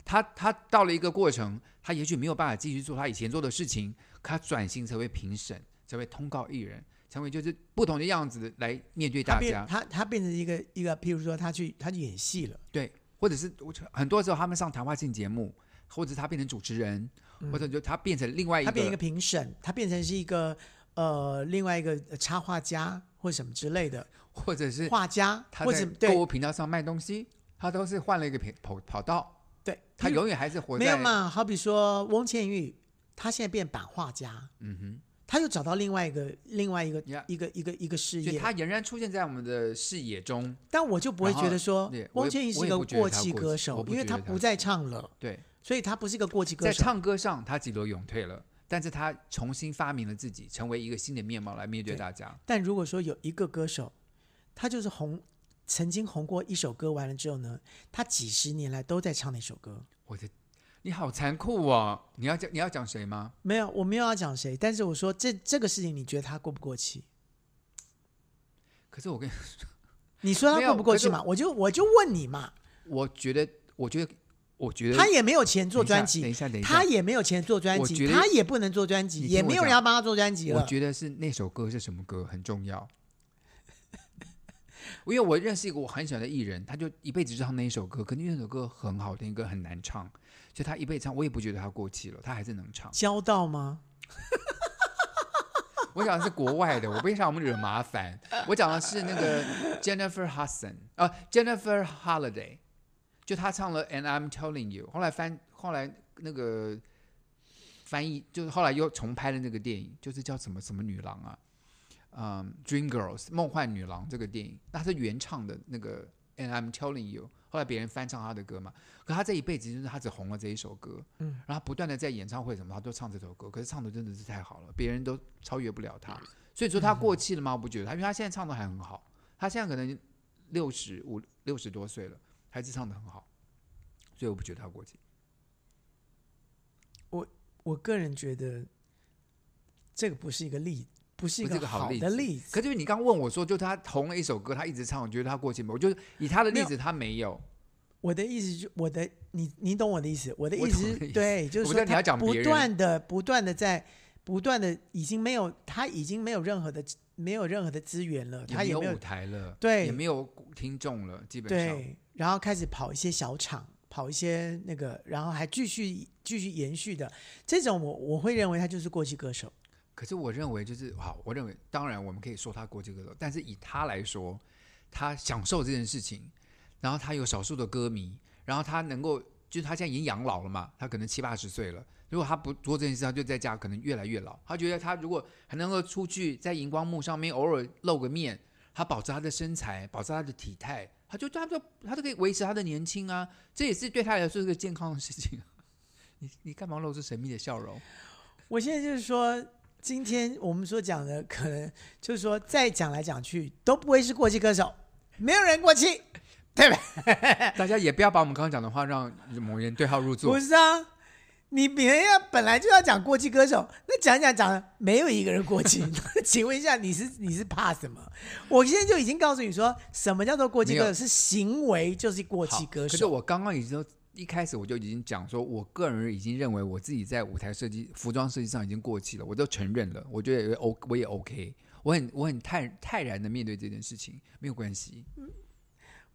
S2: 他他到了一个过程，他也许没有办法继续做他以前做的事情，可他转型成为评审，成为通告艺人，成为就是不同的样子的来面对
S1: 他
S2: 大
S1: 变
S2: 家，
S1: 他他变成一个一个，譬如说他去他去演戏了，
S2: 对，或者是我觉得很多时候他们上谈话性节目，或者是他变成主持人，或者就他变成另外一
S1: 嗯他
S2: 个，
S1: 变一个评审，他变成是一个呃另外一个呃插画家或什么之类的
S2: 或者是
S1: 画家，
S2: 他
S1: 或
S2: 在
S1: 者
S2: 购
S1: 对
S2: 物频道上卖东西，他都是换了一个频跑跑道。
S1: 对，
S2: 他
S1: 比如
S2: 永远还是活在
S1: 没有嘛？好比说翁倩玉，她现在变版画家，
S2: 嗯哼，
S1: 他又找到另外一个另外一个
S2: Yeah
S1: 一个一个一个事
S2: 所以
S1: 业，
S2: 他仍然出现在我们的视野中。
S1: 但我就不会觉得说
S2: 然后对我也
S1: 汪千一是
S2: 我
S1: 一
S2: 也
S1: 个
S2: 不觉得
S1: 过
S2: 他
S1: 气
S2: 过
S1: 歌
S2: 气
S1: 手
S2: 我，不
S1: 因为
S2: 觉
S1: 他
S2: 得他
S1: 不再唱了，
S2: 对，
S1: 所以他不是一个过气歌
S2: 在
S1: 手。
S2: 唱歌上他急流勇退了，但是他重新发明了自己，成为一个新的面貌来面对
S1: 对
S2: 大家。
S1: 但如果说有一个歌手，他就是红，曾经红过一首歌，完了之后呢，他几十年来都在唱那首歌。
S2: 我的，你好残酷哦！你要讲你要讲谁吗？
S1: 没有，我没有要讲谁，但是我说这这个事情，你觉得他过不过气？
S2: 可是我跟
S1: 你说他
S2: 没有
S1: 过不过
S2: 可
S1: 气
S2: 是
S1: 嘛？我就我就问你嘛，
S2: 我觉得，我觉得，我觉得
S1: 他也没有钱做
S2: 等一下
S1: 专辑
S2: 等，一下，等一下
S1: 他，也没有钱做专
S2: 我
S1: 辑，
S2: 觉得
S1: 他也不能做专辑，
S2: 你
S1: 也
S2: 听我
S1: 没有人
S2: 讲
S1: 要帮他做专辑
S2: 我
S1: 了。
S2: 觉得是那首歌是什么歌很重要。因为我认识一个我很喜欢的艺人，他就一辈子就唱那一首歌，可是那首歌很好听，歌很难唱，所以他一辈子唱，我也不觉得他过气了，他还是能唱。
S1: 交到吗？
S2: 我讲的是国外的，我不想我们惹麻烦。我讲的是那个 Jennifer Hudson 啊、j e n n i f e r Holiday，就她唱了《And I'm Telling You》，后来翻后来那个翻译就是后来又重拍了那个电影，就是叫什么什么女郎啊，嗯，《Dream Girls》梦幻女郎这个电影，那她是原唱的那个《And I'm Telling You》，后来别人翻唱她的歌嘛，可她这一辈子就是她只红了这一首歌，
S1: 嗯，
S2: 然后她不断的在演唱会什么她都唱这首歌，可是唱的真的是太好了，别人都超越不了她，所以说她过气了吗？我不觉得，她因为她现在唱的还很好，她现在可能六十五六十多岁了，还是唱的很好，所以我不觉得她过气。
S1: 我个人觉得这个不是一个例，不是一
S2: 不
S1: 个
S2: 是一个好
S1: 好
S2: 例
S1: 的
S2: 子
S1: 例子。
S2: 可是你刚问我说，就她红了一首歌，她一直唱，我觉得她过气吗？我就以她的
S1: 没
S2: 例
S1: 有
S2: 子，她没有。
S1: 我的意思就我的你你懂我的意思，我的
S2: 我
S1: 意
S2: 懂
S1: 思
S2: 你的意
S1: 是
S2: 思
S1: 对，就
S2: 我
S1: 是说
S2: 不但你要
S1: 他
S2: 讲
S1: 不
S2: 别人
S1: 断的不断的在不断的已经没有他已经没有任何的没有任何的资源了，他
S2: 也
S1: 也
S2: 没
S1: 没
S2: 有舞
S1: 有
S2: 台了，
S1: 对
S2: 也没有听众了，基本上。
S1: 对，然后开始跑一些小场，跑一些那个，然后还继续继续延续的这种我，我会认为他就是过气歌手。
S2: 可是我认为就是好，我认为当然我们可以说他国际歌手，但是以他来说，他享受这件事情，然后他有少数的歌迷，然后他能够就是他现在已经养老了嘛，他可能七八十岁了。如果他不做这件事，他就在家可能越来越老。他觉得他如果还能够出去在荧光幕上面偶尔露个面，他保持他的身材，保持他的体态，他就他就他都可以维持他的年轻啊，这也是对他来说是个健康的事情。啊 [LAUGHS] 你你干嘛露出神秘的笑容？
S1: 我现在就是说，今天我们所讲的，可能就是说再讲来讲去都不会是过气歌手，没有人过气，
S2: 大家也不要把我们刚刚讲的话让某人对号入
S1: 不
S2: 座。
S1: 是啊？你别人家本来就要讲过气歌手，那讲一讲讲了没有一个人过
S2: [LAUGHS]
S1: 气，那请问一下你是你是怕什么？我现在就已经告诉你说，什么叫做过气歌
S2: 没
S1: 手？
S2: 有
S1: 是行为就是过
S2: 好
S1: 气歌
S2: 可是
S1: 手。
S2: 我刚刚已经都一开始我就已经讲说，我个人已经认为我自己在舞台设计、服装设计上已经过气了，我都承认了，我觉得也 O，我也 OK，我很我很泰泰然的面对这件事情，没有关系。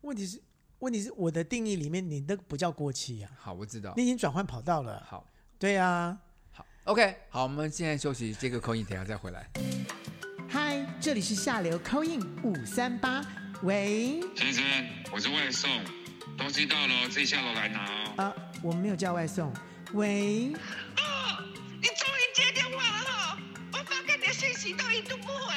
S1: 问题是，问题是我的定义里面，你那个不叫过气呀、
S2: 好，我知道
S3: 哦
S1: 你。已经转换跑道了。
S2: 好，
S1: 对啊，
S2: 好，OK，好，我们现在休息，接个口音，等一下再回来。
S1: 嗨，这里是下流 c o i n 五三八，喂，
S4: 先生，我是外送，东西到了自己下楼来拿哦。
S1: 啊，我们没有叫外送，喂，
S5: 哦，你终于接电话了哈、我发给你的信息都一度不回，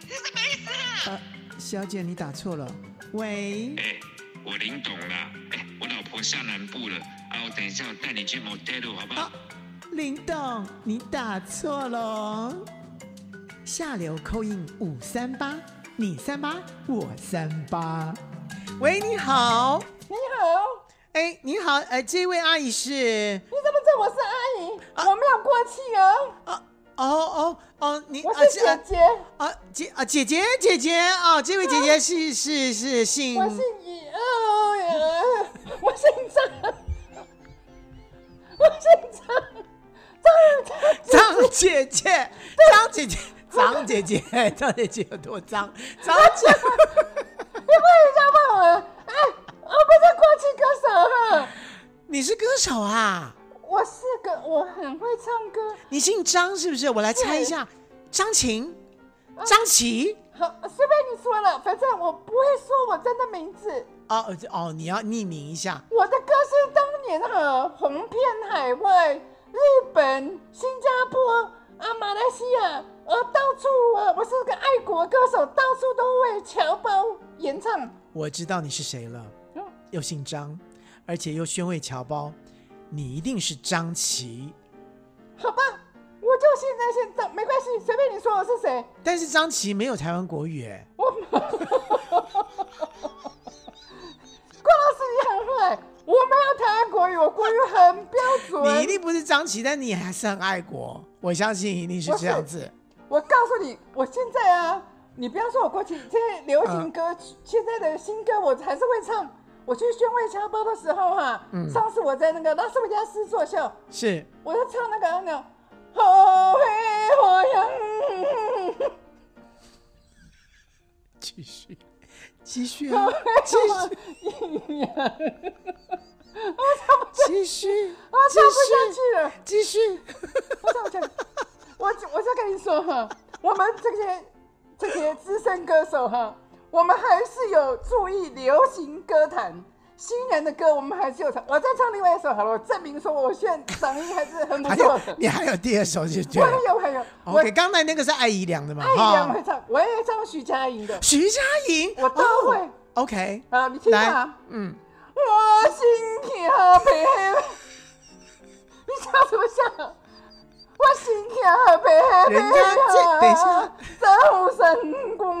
S5: 你什么意思啊？
S1: 呃，小姐你打错了，喂
S4: 哎、，我领懂了，哎、我老婆下南部了，啊，我等一下我带你去 motel 好不好？
S1: 啊，林董你打错了哦，下流 c o i n 五三八，你三八我三八，喂，你好，
S3: 你好，
S1: 哎，你好，呃，这位阿姨是。
S3: 你怎么知道我是阿姨？我没有过气哦，
S1: 啊哦哦哦，你
S3: 我
S1: 啊
S3: 是姐姐，
S1: 啊啊姐啊姐姐姐姐哦，这位姐姐是是是姓
S3: 我姓尹，哦呀，我姓张，我姓张，张张
S1: 张姐姐，张姐姐，张姐姐，张姐姐有多脏？张姐，
S3: 你不能这样问我，哎，我不是过气歌手哈，
S1: 你是歌手啊？
S3: 我是个我很会唱歌，
S1: 你姓张是不是？我来猜一下，张琴，张琪。
S3: 好，随便你说了，反正我不会说我真的名字。
S1: 哦呃这哦，你要匿名一下。
S3: 我的歌声当年哈、红遍海外，日本、新加坡、啊，马来西亚，呃，到处呃，我是个爱国歌手，到处都为侨胞演唱。
S1: 我知道你是谁了，
S3: 嗯
S1: 又姓张，而且又宣慰侨胞，你一定是张琪。
S3: 好吧，我就现在现在没关系，随便你说我是谁，
S1: 但是张琪没有台湾国语，哎，
S3: 我。郭老师你很坏，我没有台湾国语，我国语很标准。
S1: 你一定不是张琪，但你还是很爱国，我相信一定是这样子。
S3: 我告诉你，我现在啊，你不要说我过去，这些流行歌、现在的新歌我还是会唱。我去宣慰侨胞的时候哈、上次我在那个拉斯维加斯作秀，
S1: 是，
S3: 我在唱那个那个好黑好阳，
S1: 继续，继续啊
S3: [LAUGHS] 好，
S1: 继继
S3: 黑好阳，
S1: 续，
S3: 我唱不下去了。
S1: 继续，
S3: 我想讲，我我就跟你说哈，我们这些这些资深歌手哈，我们还是有注意流行歌坛。新人的歌我们还是有唱，我再唱另外一首好了，我证明说我现在嗓音还是很不
S1: 还
S3: 错
S1: 有
S3: 的。
S1: 你还有第二首就对
S3: 我
S1: 了
S3: 还。有，我还有，我
S1: OK，刚才那个是艾怡良的嘛？
S3: 爱一样
S1: 哈
S3: 会唱，我也唱徐佳莹的，
S1: 徐佳莹，
S3: 我都会
S1: 哦。OK，
S3: 啊，你听
S1: 来
S3: 啊，，
S1: 嗯，
S3: 我心跳陪黑，你笑什么笑？我心跳陪黑，
S1: 人家这等一下，
S3: 走神光。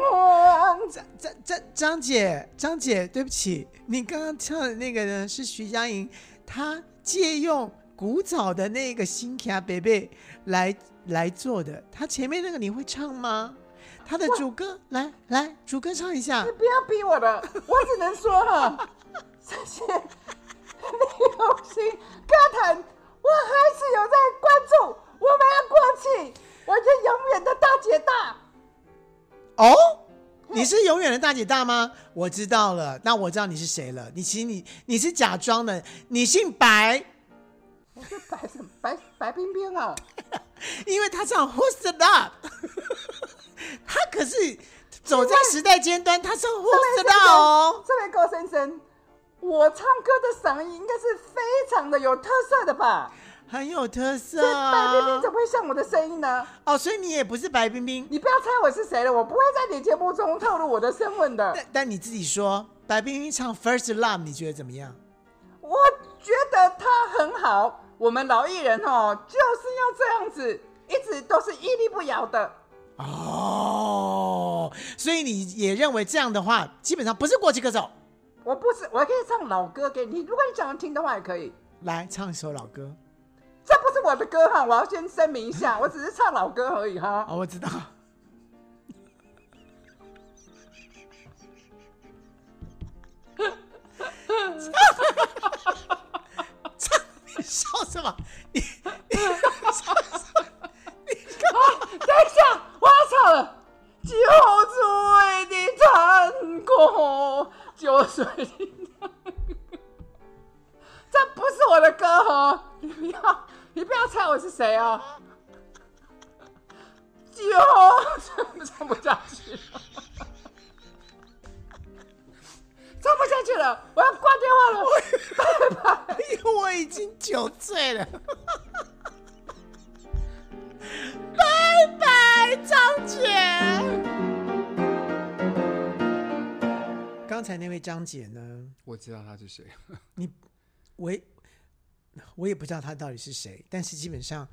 S1: 张张张张姐，张姐，对不起，你刚刚唱的那个呢是徐佳莹，她借用古早的那个《新卡贝贝》来来做的。她前面那个你会唱吗？她的主歌，来来，主歌唱一下
S3: 你。不要逼我了，我只能说哈，这些流行歌坛，我还是有在关注，我们要过去，我是永远的大姐大。
S1: 哦，你是永远的大姐大吗？我知道了，那我知道你是谁了。你其实你你是假装的，你姓白。
S3: 我是白什么白白冰冰啊？
S1: 因为他唱 Who's the Love，他可是走在时代尖端，他唱
S3: 这
S1: Who's
S3: 位
S1: the Love 哦。
S3: 这位高先生，我唱歌的嗓音应该是非常的有特色的吧？
S1: 很有特色
S3: 这白冰冰
S1: 啊
S3: 怎。么会像我的声音呢？
S1: 哦，所以你也不是白冰冰，
S3: 你不要猜我是谁了，我不会在你节目中透露我的身份的。
S1: 但但你自己说白冰冰唱 First Love，你觉得怎么样？
S3: 我觉得他很好。我们老艺人哦，就是要这样子，一直都是屹立不摇的。
S1: 哦，所以你也认为这样的话，基本上不是国际歌手。
S3: 我不是，我可以唱老歌给你，如果你想要听的话也可以。
S1: 来唱一首老歌
S3: 这不是我的歌哈，我要先声明一下，我只是唱老歌而已哈。
S1: 哦，我知道。唱你笑什么？你你笑什么？
S3: 等一下，我要唱了。酒醉的唱歌，酒醉的唱歌，这不是我的歌哦，你不要，你不要猜我是谁哦。酒，唱不下去了，唱不下去了，我要挂电话了。
S1: 因为我已经酒醉了。拜拜，张姐。刚才那位张姐呢？
S2: 我知道他是谁，
S1: 我也我也不知道他到底是谁，但是基本上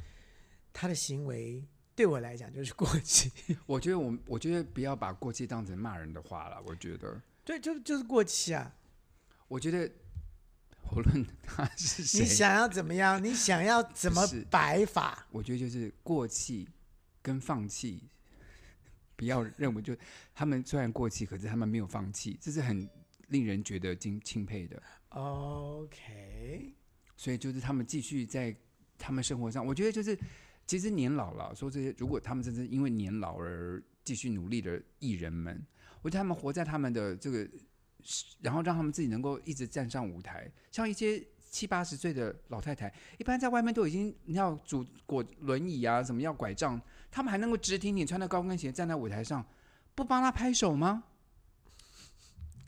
S1: 他的行为对我来讲就是过气，
S2: 我觉得我我觉得不要把过气当成骂人的话了，我觉得
S1: [LAUGHS] 对，就就是过气啊！
S2: 我觉得 [LAUGHS] 无论他是
S1: 你
S2: 谁，
S1: 想要怎么样？你想要怎么
S2: 是
S1: 摆法？
S2: 我觉得就是过气跟放弃，不要认为就他们虽然过气，可是他们没有放弃，这是很令人觉得敬钦佩的。
S1: OK，
S2: 所以就是他们继续在他们生活上，我觉得就是其实年老了，说这些，如果他们真是因为年老而继续努力的艺人们，我觉得他们活在他们的这个，然后让他们自己能够一直站上舞台，像一些。七八十岁的老太太，一般在外面都已经你要拄裹轮椅啊，什么要拐杖，他们还能够直挺挺穿着高跟鞋站在舞台上，不帮他拍手吗？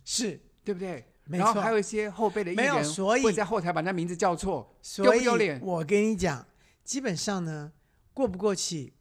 S1: 是，
S2: 对不对？
S1: 没
S2: 然后
S1: 错
S2: 还有一些后辈的艺
S1: 没有
S2: 人
S1: 所以
S2: 会在后台把人家名字叫错，
S1: 所
S2: 丢不
S1: 以
S2: 丢脸？
S1: 我跟你讲，基本上呢，过不过气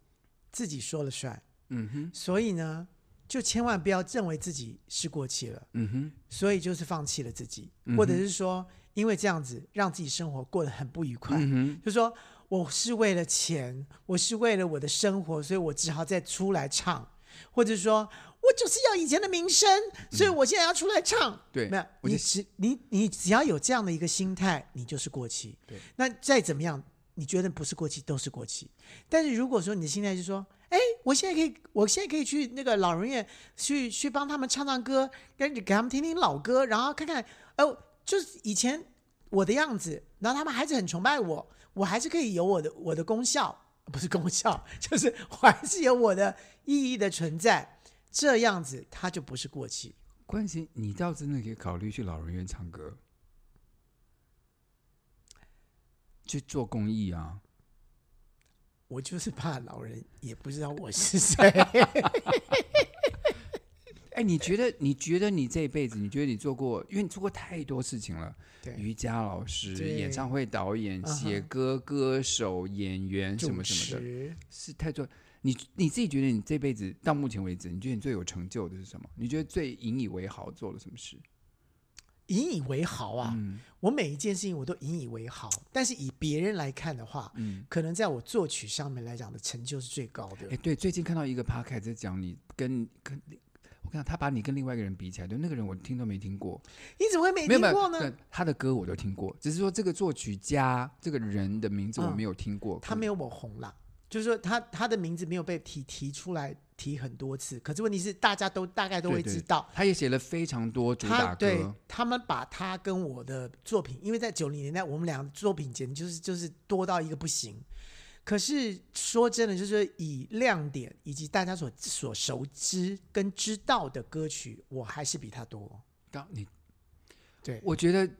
S1: 自己说了算，
S2: 嗯哼，
S1: 所以呢，就千万不要认为自己是过气了，
S2: 嗯哼，
S1: 所以就是放弃了自己，
S2: 嗯哼
S1: 或者是说因为这样子让自己生活过得很不愉快，
S2: 嗯哼，
S1: 就说我是为了钱，我是为了我的生活，所以我只好再出来唱，或者说我就是要以前的名声，所以我现在要出来唱。
S2: 对
S1: 没有，
S2: 我
S1: 你
S2: 就
S1: 只你你只要有这样的一个心态，你就是过气。
S2: 对，
S1: 那再怎么样，你觉得不是过气都是过气。但是如果说你的心态是说，哎，我现在可以，我现在可以去那个老人院去去帮他们唱唱歌，跟给他们听听老歌，然后看看，哦，就是以前我的样子，然后他们还是很崇拜我，我还是可以有我的我的功效，不是功效， [LAUGHS] 就是我还是有我的意义的存在。这样子，它就不是过气。
S2: 关心你倒真的可以考虑去老人院唱歌，去做公益啊。
S1: 我就是怕老人也不知道我是
S2: [LAUGHS]
S1: 谁。
S2: 哎，你觉得？你觉得你这一辈子，你觉得你做过？因为你做过太多事情了，
S1: 对，
S2: 瑜伽老师、
S1: 对
S2: 演唱会导演、
S1: 嗯哼
S2: 写歌、歌手、演员什么什么的，
S1: 的。
S2: 是太多。你你自己觉得你这辈子到目前为止，你觉得你最有成就的是什么？你觉得最引以为豪做了什么事？
S1: 引以为豪啊！
S2: 嗯
S1: 我每一件事情我都引以为豪，但是以别人来看的话，
S2: 嗯，
S1: 可能在我作曲上面来讲的成就是最高的。
S2: 哎，对，最近看到一个 p o d c a s t 在讲你跟跟，我看到他把你跟另外一个人比起来，对那个人我听都没听过，
S1: 你怎么会没
S2: 没有
S1: 听
S2: 没
S1: 过
S2: 有，
S1: 呢？
S2: 对他的歌我都听过，只是说这个作曲家这个人的名字我
S1: 嗯
S2: 没有听过，
S1: 他没有我红啦，就是说他他的名字没有被提提出来提很多次，可是问题是大家都大概都
S2: 对
S1: 会
S2: 对
S1: 知道。
S2: 他也写了非常多主打
S1: 他对
S2: 歌，
S1: 他们把他跟我的作品，因为在九零年代，我们俩的作品简直就是就是多到一个不行。可是说真的，就是以亮点以及大家所所熟知跟知道的歌曲，我还是比他多。
S2: 当你
S1: 对
S2: 我觉得嗯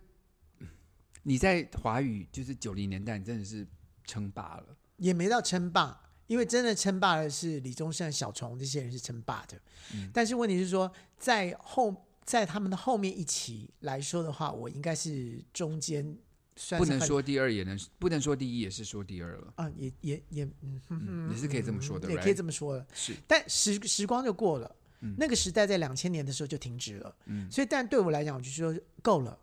S2: 你在华语就是九零年代，你真的是称霸了。
S1: 也没到称霸，因为真的称霸的是李宗盛、小虫这些人是称霸的。
S2: 嗯
S1: 但是问题是说，在后在他们的后面一期来说的话，我应该是中间算
S2: 不
S1: 是
S2: 能
S1: 很
S2: 说第二，也能不能说第一，也是说第二了，
S1: 啊，也也也嗯哼
S2: 嗯也是可以这么说的，
S1: 也可以这
S2: 么
S1: 么说了。
S2: 是
S1: 但时时光就过了，
S2: 嗯
S1: 那个时代在两千年的时候就停止了。所以，但对我来讲，我就说够了，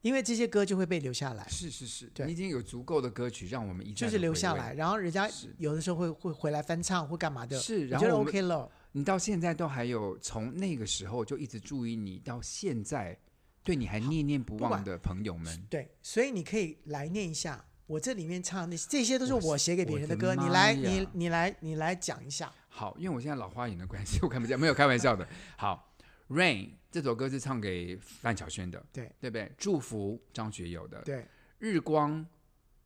S1: 因为这些歌就会被留下来，
S2: 是是是，
S1: 对
S2: 你已经有足够的歌曲让我们一
S1: 就
S2: 再地
S1: 是留
S2: 回味
S1: 下来。。然后人家
S2: 是
S1: 有的时候会会回来翻唱或干嘛的，
S2: 是
S1: 我
S2: 然
S1: 觉得
S2: 后我们
S1: OK 了。
S2: 你到现在都还有从那个时候就一直注意你，到现在对你还念念不
S1: 不管
S2: 忘的朋友们，
S1: 对，所以你可以来念一下。我这里面唱的那些这些都是
S2: 哇塞
S1: 我写给别
S2: 我
S1: 人
S2: 的
S1: 歌，你
S2: 妈
S1: 来，你
S2: 呀
S1: 你来，你来讲一下。
S2: 好，因为我现在老花眼的关系，我看不见，没有开玩笑的。好，《Rain》这首歌是唱给范晓萱的，
S1: 对
S2: 对不对？祝福张学友的，
S1: 对，
S2: 日光，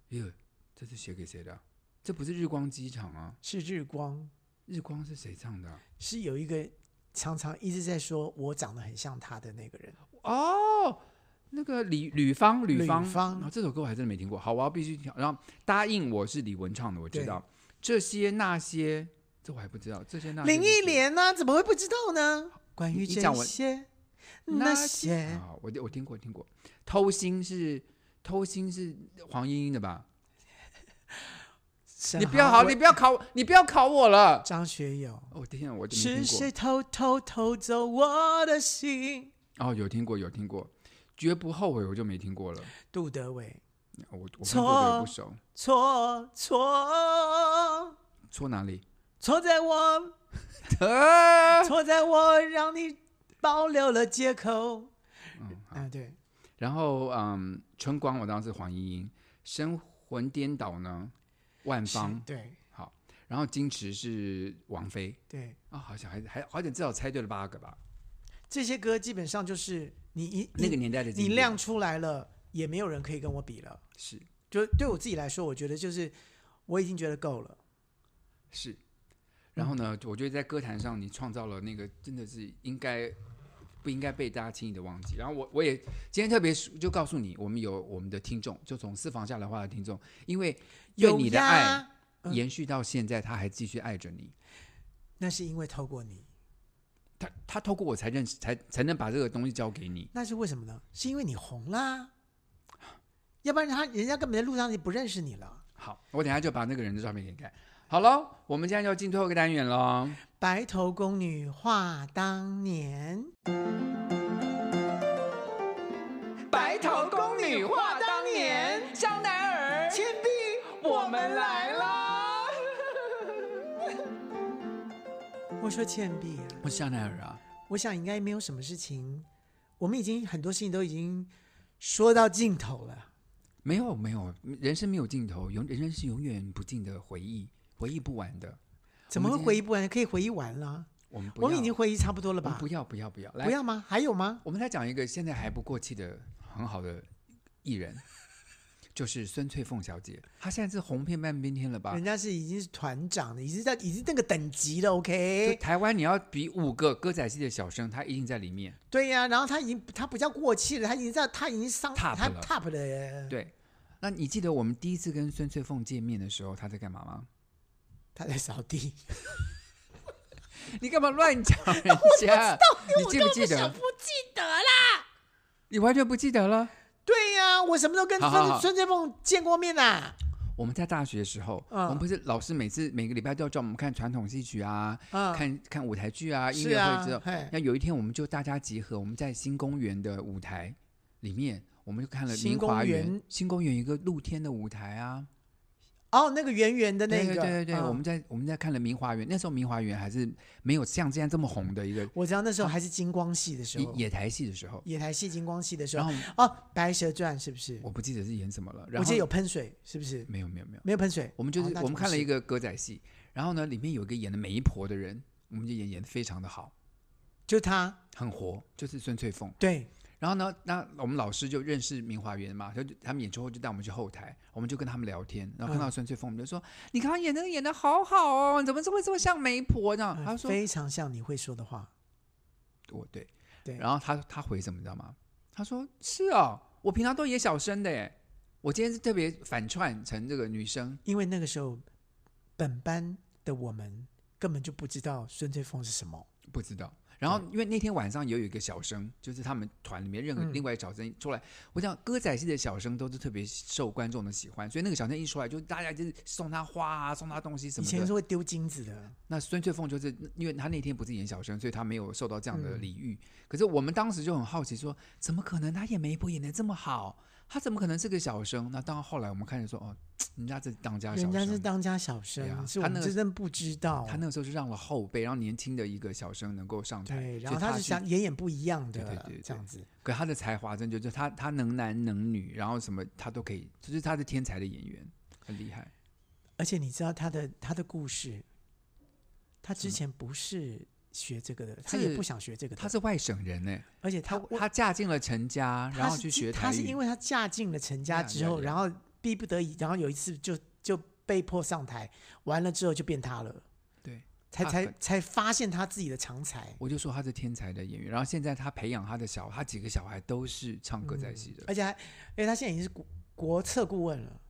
S2: 哟，这是写给谁的啊？这不是日光机场啊？
S1: 是日光，
S2: 日光是谁唱的啊、
S1: 是有一个常常一直在说我长得很像他的那个人。
S2: 哦，那个李吕方，
S1: 吕
S2: 吕方，
S1: 方
S2: 然后这首歌我还真的没听过。好，我要必须听。然后答应我是李玟唱的，我知道这些那些，这我还不知道。这些那些
S1: 林忆，莲呢、怎么会不知道呢？关于
S2: 你
S1: 这
S2: 讲我
S1: 些那
S2: 那
S1: 些，
S2: 啊，我我听过听过。偷心是偷心是黄莺莺的吧？
S1: 沈
S2: 你不要好，
S1: 航
S2: 你
S1: 伟
S2: 不要考，你不要考我了。
S1: 张学友。
S2: 哦天啊，我就没
S1: 是
S2: 听
S1: 谁偷偷偷走我的心？
S2: 过。哦，有听过有听过，绝不后悔我就没听过了。
S1: 杜德伟，
S2: 我我看
S1: 错
S2: 过我也不熟，
S1: 错错
S2: 错哪里？ [LAUGHS]
S1: 错在我
S2: 啊
S1: 错在我让你保留了借口。嗯，啊，对，
S2: 然后嗯，春光我当时是黄莺莺，神魂颠倒呢，万
S1: 是
S2: 芳
S1: 对
S2: 好，然后矜持是王菲
S1: 对，
S2: 啊、好小孩子还好点，至少猜对了八个吧。
S1: 这些歌基本上就是你一
S2: 那个
S1: 你
S2: 年代的经
S1: 你
S2: 典
S1: 亮出来了，也没有人可以跟我比了。
S2: 是
S1: 就对我自己来说，我觉得就是我已经觉得够了。
S2: 是，然后
S1: 嗯
S2: 呢，我觉得在歌坛上你创造了那个真的是应该不应该被大家轻易的忘记。然后我我也今天特别就告诉你，我们有我们的听众，就从私房下来话的听众，因为愿你的
S1: 有
S2: 爱
S1: 呀，嗯
S2: 延续到现在，他还继续爱着你。
S1: 那是因为透过你，
S2: 他他透过我才认识，才才能把这个东西交给你。
S1: 那是为什么呢？是因为你红啦，要不然他人家根本在路上就不认识你了。
S2: 好，我等一下就把那个人的照片给你看。好了，我们现在要进最后一个单元了。
S1: 白头宫女话当年，
S2: 白头宫女话当年，香奈儿、倩碧，我们来啦！
S1: 我说倩碧啊，
S2: 我是香奈儿啊，
S1: 我想应该没有什么事情，我们已经很多事情都已经说到尽头了。
S2: 没有没有，人生没有尽头，永人生是永远不尽的回忆，回忆不完的。
S1: 怎么会回忆不完？可以回忆完了，
S2: 我们不要
S1: 我们已经回忆差不多了
S2: 我们
S1: 吧
S2: 不？要不要不要，来
S1: 不要吗？还有吗？
S2: 我们来讲一个现在还不过气的很好的艺人，就是孙翠凤小姐，她现在是红遍半边天了吧
S1: 人？家是已经是团长了，已经在已经那个等级了
S2: 就
S1: ，OK？
S2: 台湾你要比五个歌仔戏的小生，她一定在里面。
S1: 对呀、然后他已经他不叫过气了，他已经在他已经上
S2: Top
S1: 他
S2: 了
S1: top 了，
S2: 对，那你记得我们第一次跟孙翠凤见面的时候，她在干嘛吗？
S1: 他在扫地，
S2: [LAUGHS] 你干嘛乱讲
S1: [LAUGHS]
S2: 人家？你记不记得？
S1: 不记得啦。
S2: 你完全不记得了？
S1: 对呀、我什么时候跟
S2: 好
S1: 孙
S2: 好好
S1: 孙振凤见过面啦、
S2: 我们在大学的时候，
S1: 嗯
S2: 我们不是老师每次每个礼拜都要叫我们看传统戏曲啊，
S1: 嗯
S2: 看看舞台剧啊，音
S1: 是
S2: 乐
S1: 啊
S2: 会之后，
S1: 嘿
S2: 那有一天我们就大家集合，我们在新公园的舞台里面，我们就看了
S1: 新
S2: 明华
S1: 公园
S2: 园新公园一个露天的舞台啊，
S1: 哦，那个圆圆的那
S2: 对
S1: 个，
S2: 对对对，
S1: 嗯
S2: 我们在我们在看了明华园，那时候明华园还是没有像现在这么红的一个
S1: 我知道那
S2: 嗯
S1: 时候还是金光系的时候，
S2: 野野台戏的时候，
S1: 野台戏金光系的时
S2: 然
S1: 候
S2: 后，
S1: 哦，《白蛇传》是不是？
S2: 我不记得是演什么了，然后
S1: 我记得有喷水，是不是？
S2: 没有没有没有，
S1: 没有喷水，
S2: 我们就是
S1: 哦那
S2: 我们看了一
S1: 不是
S2: 个歌仔戏，然后呢里面有一个演的媒婆的人，我们就演演的非常的好。
S1: 就他，
S2: 很活，就是孙翠凤。
S1: 对，
S2: 然后呢，那我们老师就认识明华园嘛，就他们演出后就带我们去后台，我们就跟他们聊天，然
S1: 嗯
S2: 后看到孙翠凤，我们就说：“你刚刚演那个演的好好哦，你怎么这么这么像媒婆呢？”
S1: 嗯
S2: 啊他说
S1: 非常像你会说的话，：“
S2: 我对。”
S1: 对
S2: 然后他他回什么你知道吗？他说：“是哦，我平常都演小生的耶，我今天是特别反串成这个女生。
S1: 因为那个时候本班的我们根本就不知道孙翠凤是什么，”
S2: 不知道。然后，因为那天晚上也有一个小生，就是他们团里面任何
S1: 嗯
S2: 另外一个小生出来，我想歌仔戏的小生都是特别受观众的喜欢，所以那个小生一出来，就大家就是送他花啊，送他东西什
S1: 以
S2: 么
S1: 前是
S2: 的。啊
S1: 会丢金子的，
S2: 那孙翠凤就是因为他那天不是演小生，所以他没有受到这样
S1: 嗯
S2: 的礼遇。可是我们当时就很好奇说，怎么可能他演媒婆演的这么好？他怎么可能是个小生？那当然，后来我们看着说，哦，人家是当家小
S1: 人
S2: 生，
S1: 家是当家小
S2: 对啊
S1: 生，是
S2: 他
S1: 我
S2: 那
S1: 们
S2: 个嗯
S1: 真正不知道。
S2: 他那个时候就让了后辈，让年轻的一个小生能够上台。
S1: 对，然
S2: 所以
S1: 后他是
S2: 去
S1: 想演演不一样
S2: 对对
S1: 的
S2: 对对，
S1: 这样子。
S2: 可他的才华真就是他他能男能女，然后什么他都可以，就是他是天才的演员，很厉害。
S1: 而且你知道他的他的故事，他之前不是学这个的，他也
S2: 嗯是
S1: 不想学这个的，
S2: 他是外省人呢，
S1: 而且他
S2: 他他嫁进了陈家，
S1: 他
S2: 然后
S1: 是
S2: 去
S1: 自
S2: 学台
S1: 他
S2: 语。
S1: 是因为他嫁进了陈家
S2: 呀
S1: 之
S2: 呀
S1: 后，
S2: 呀
S1: 然后逼不得已，然后有一次就就被迫上台，完了之后就变他了，
S2: 对，
S1: 才
S2: 他
S1: 才
S2: 很
S1: 才发现他自己的长才，
S2: 我就说他是天才的演员。然后现在他培养他的小，他几个小孩都是唱歌仔戏的。
S1: 而且还因为他现在已经是国国策顾问了，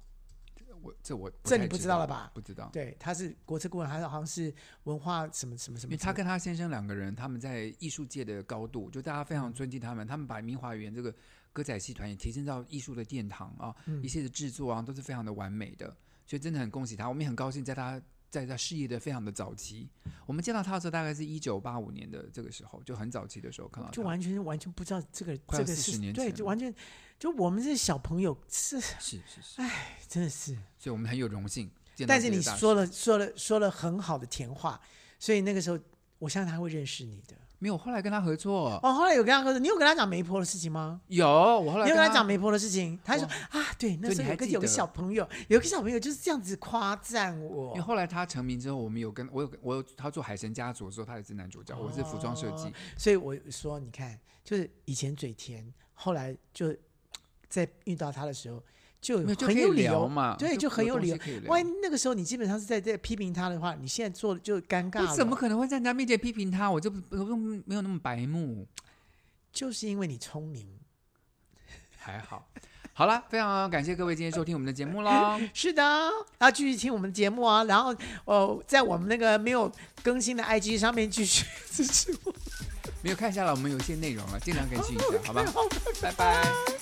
S2: 我这我不
S1: 这你
S2: 太
S1: 不
S2: 知
S1: 知道
S2: 道
S1: 了吧
S2: 不知道。
S1: 对，他是国策顾问，还是好像是文化什么什么什
S2: 因
S1: 么之类
S2: 为
S1: 的，
S2: 他跟他先生两个人，他们在艺术界的高度，就大家非
S1: 嗯
S2: 常尊敬他们。他们把明华园这个歌仔戏团也提升到艺术的殿堂啊，
S1: 嗯
S2: 一切的制作啊都是非常的完美的，所以真的很恭喜他。我们也很高兴在他在他事业的非常的早期，我们见到他的时候大概是一九八五年的这个时候，就很早期的时候看到
S1: 就
S2: 他。
S1: 完全完全不知道这个
S2: 快
S1: 这
S2: 要
S1: 个
S2: 40
S1: 是
S2: 年
S1: 对，
S2: 前
S1: 就
S2: 了
S1: 完全就我们这些小朋友是
S2: 是是是，
S1: 真的是。
S2: 所以我们很有荣幸见到
S1: 哎但
S2: 这
S1: 是
S2: 个大师。
S1: 你说了说了说了很好的甜话，所以那个时候我相信他会认识你的。
S2: 没有？我后来跟他合作、
S1: 哦，后来有跟他说，你有跟他讲媒婆的事情吗？
S2: 有，我后来
S1: 你有跟
S2: 他
S1: 他讲媒婆的事情，他就说啊，对，那
S2: 对
S1: 时
S2: 你
S1: 候有
S2: 还
S1: 个
S2: 记
S1: 有个
S2: 得
S1: 小朋友，有个小朋友就是这样子夸赞
S2: 因为
S1: 我，
S2: 后来他成名之后，我们有跟我有跟我有他做《海神家族》之后，他也是男主角，我是服装设计
S1: 哦。所以我说你看，就是以前嘴甜，后来就在遇到他的时候就
S2: 没有就
S1: 很
S2: 可以
S1: 有理
S2: 聊
S1: 由
S2: 嘛
S1: 对，
S2: 就
S1: 就很
S2: 有
S1: 有
S2: 东
S1: 理
S2: 西
S1: 由
S2: 可以。聊
S1: 万一那个时候你基本上是在在批评他的话，你现在做的就尴尬
S2: 我
S1: 了。
S2: 怎么可能会在人家面前批评他？我就不不用没有那么白目，
S1: 就是因为你聪明。[LAUGHS]
S2: 还好。好了，非常感谢各位今天收听我们的节目喽。
S1: 是的，要继续听我们的节目啊，然后呃，在我们那个没有更新的 IG 上面继续支持我。 [LAUGHS]
S2: 没有看下来，我们有一些内容了，尽量更新一下，好吧？拜拜。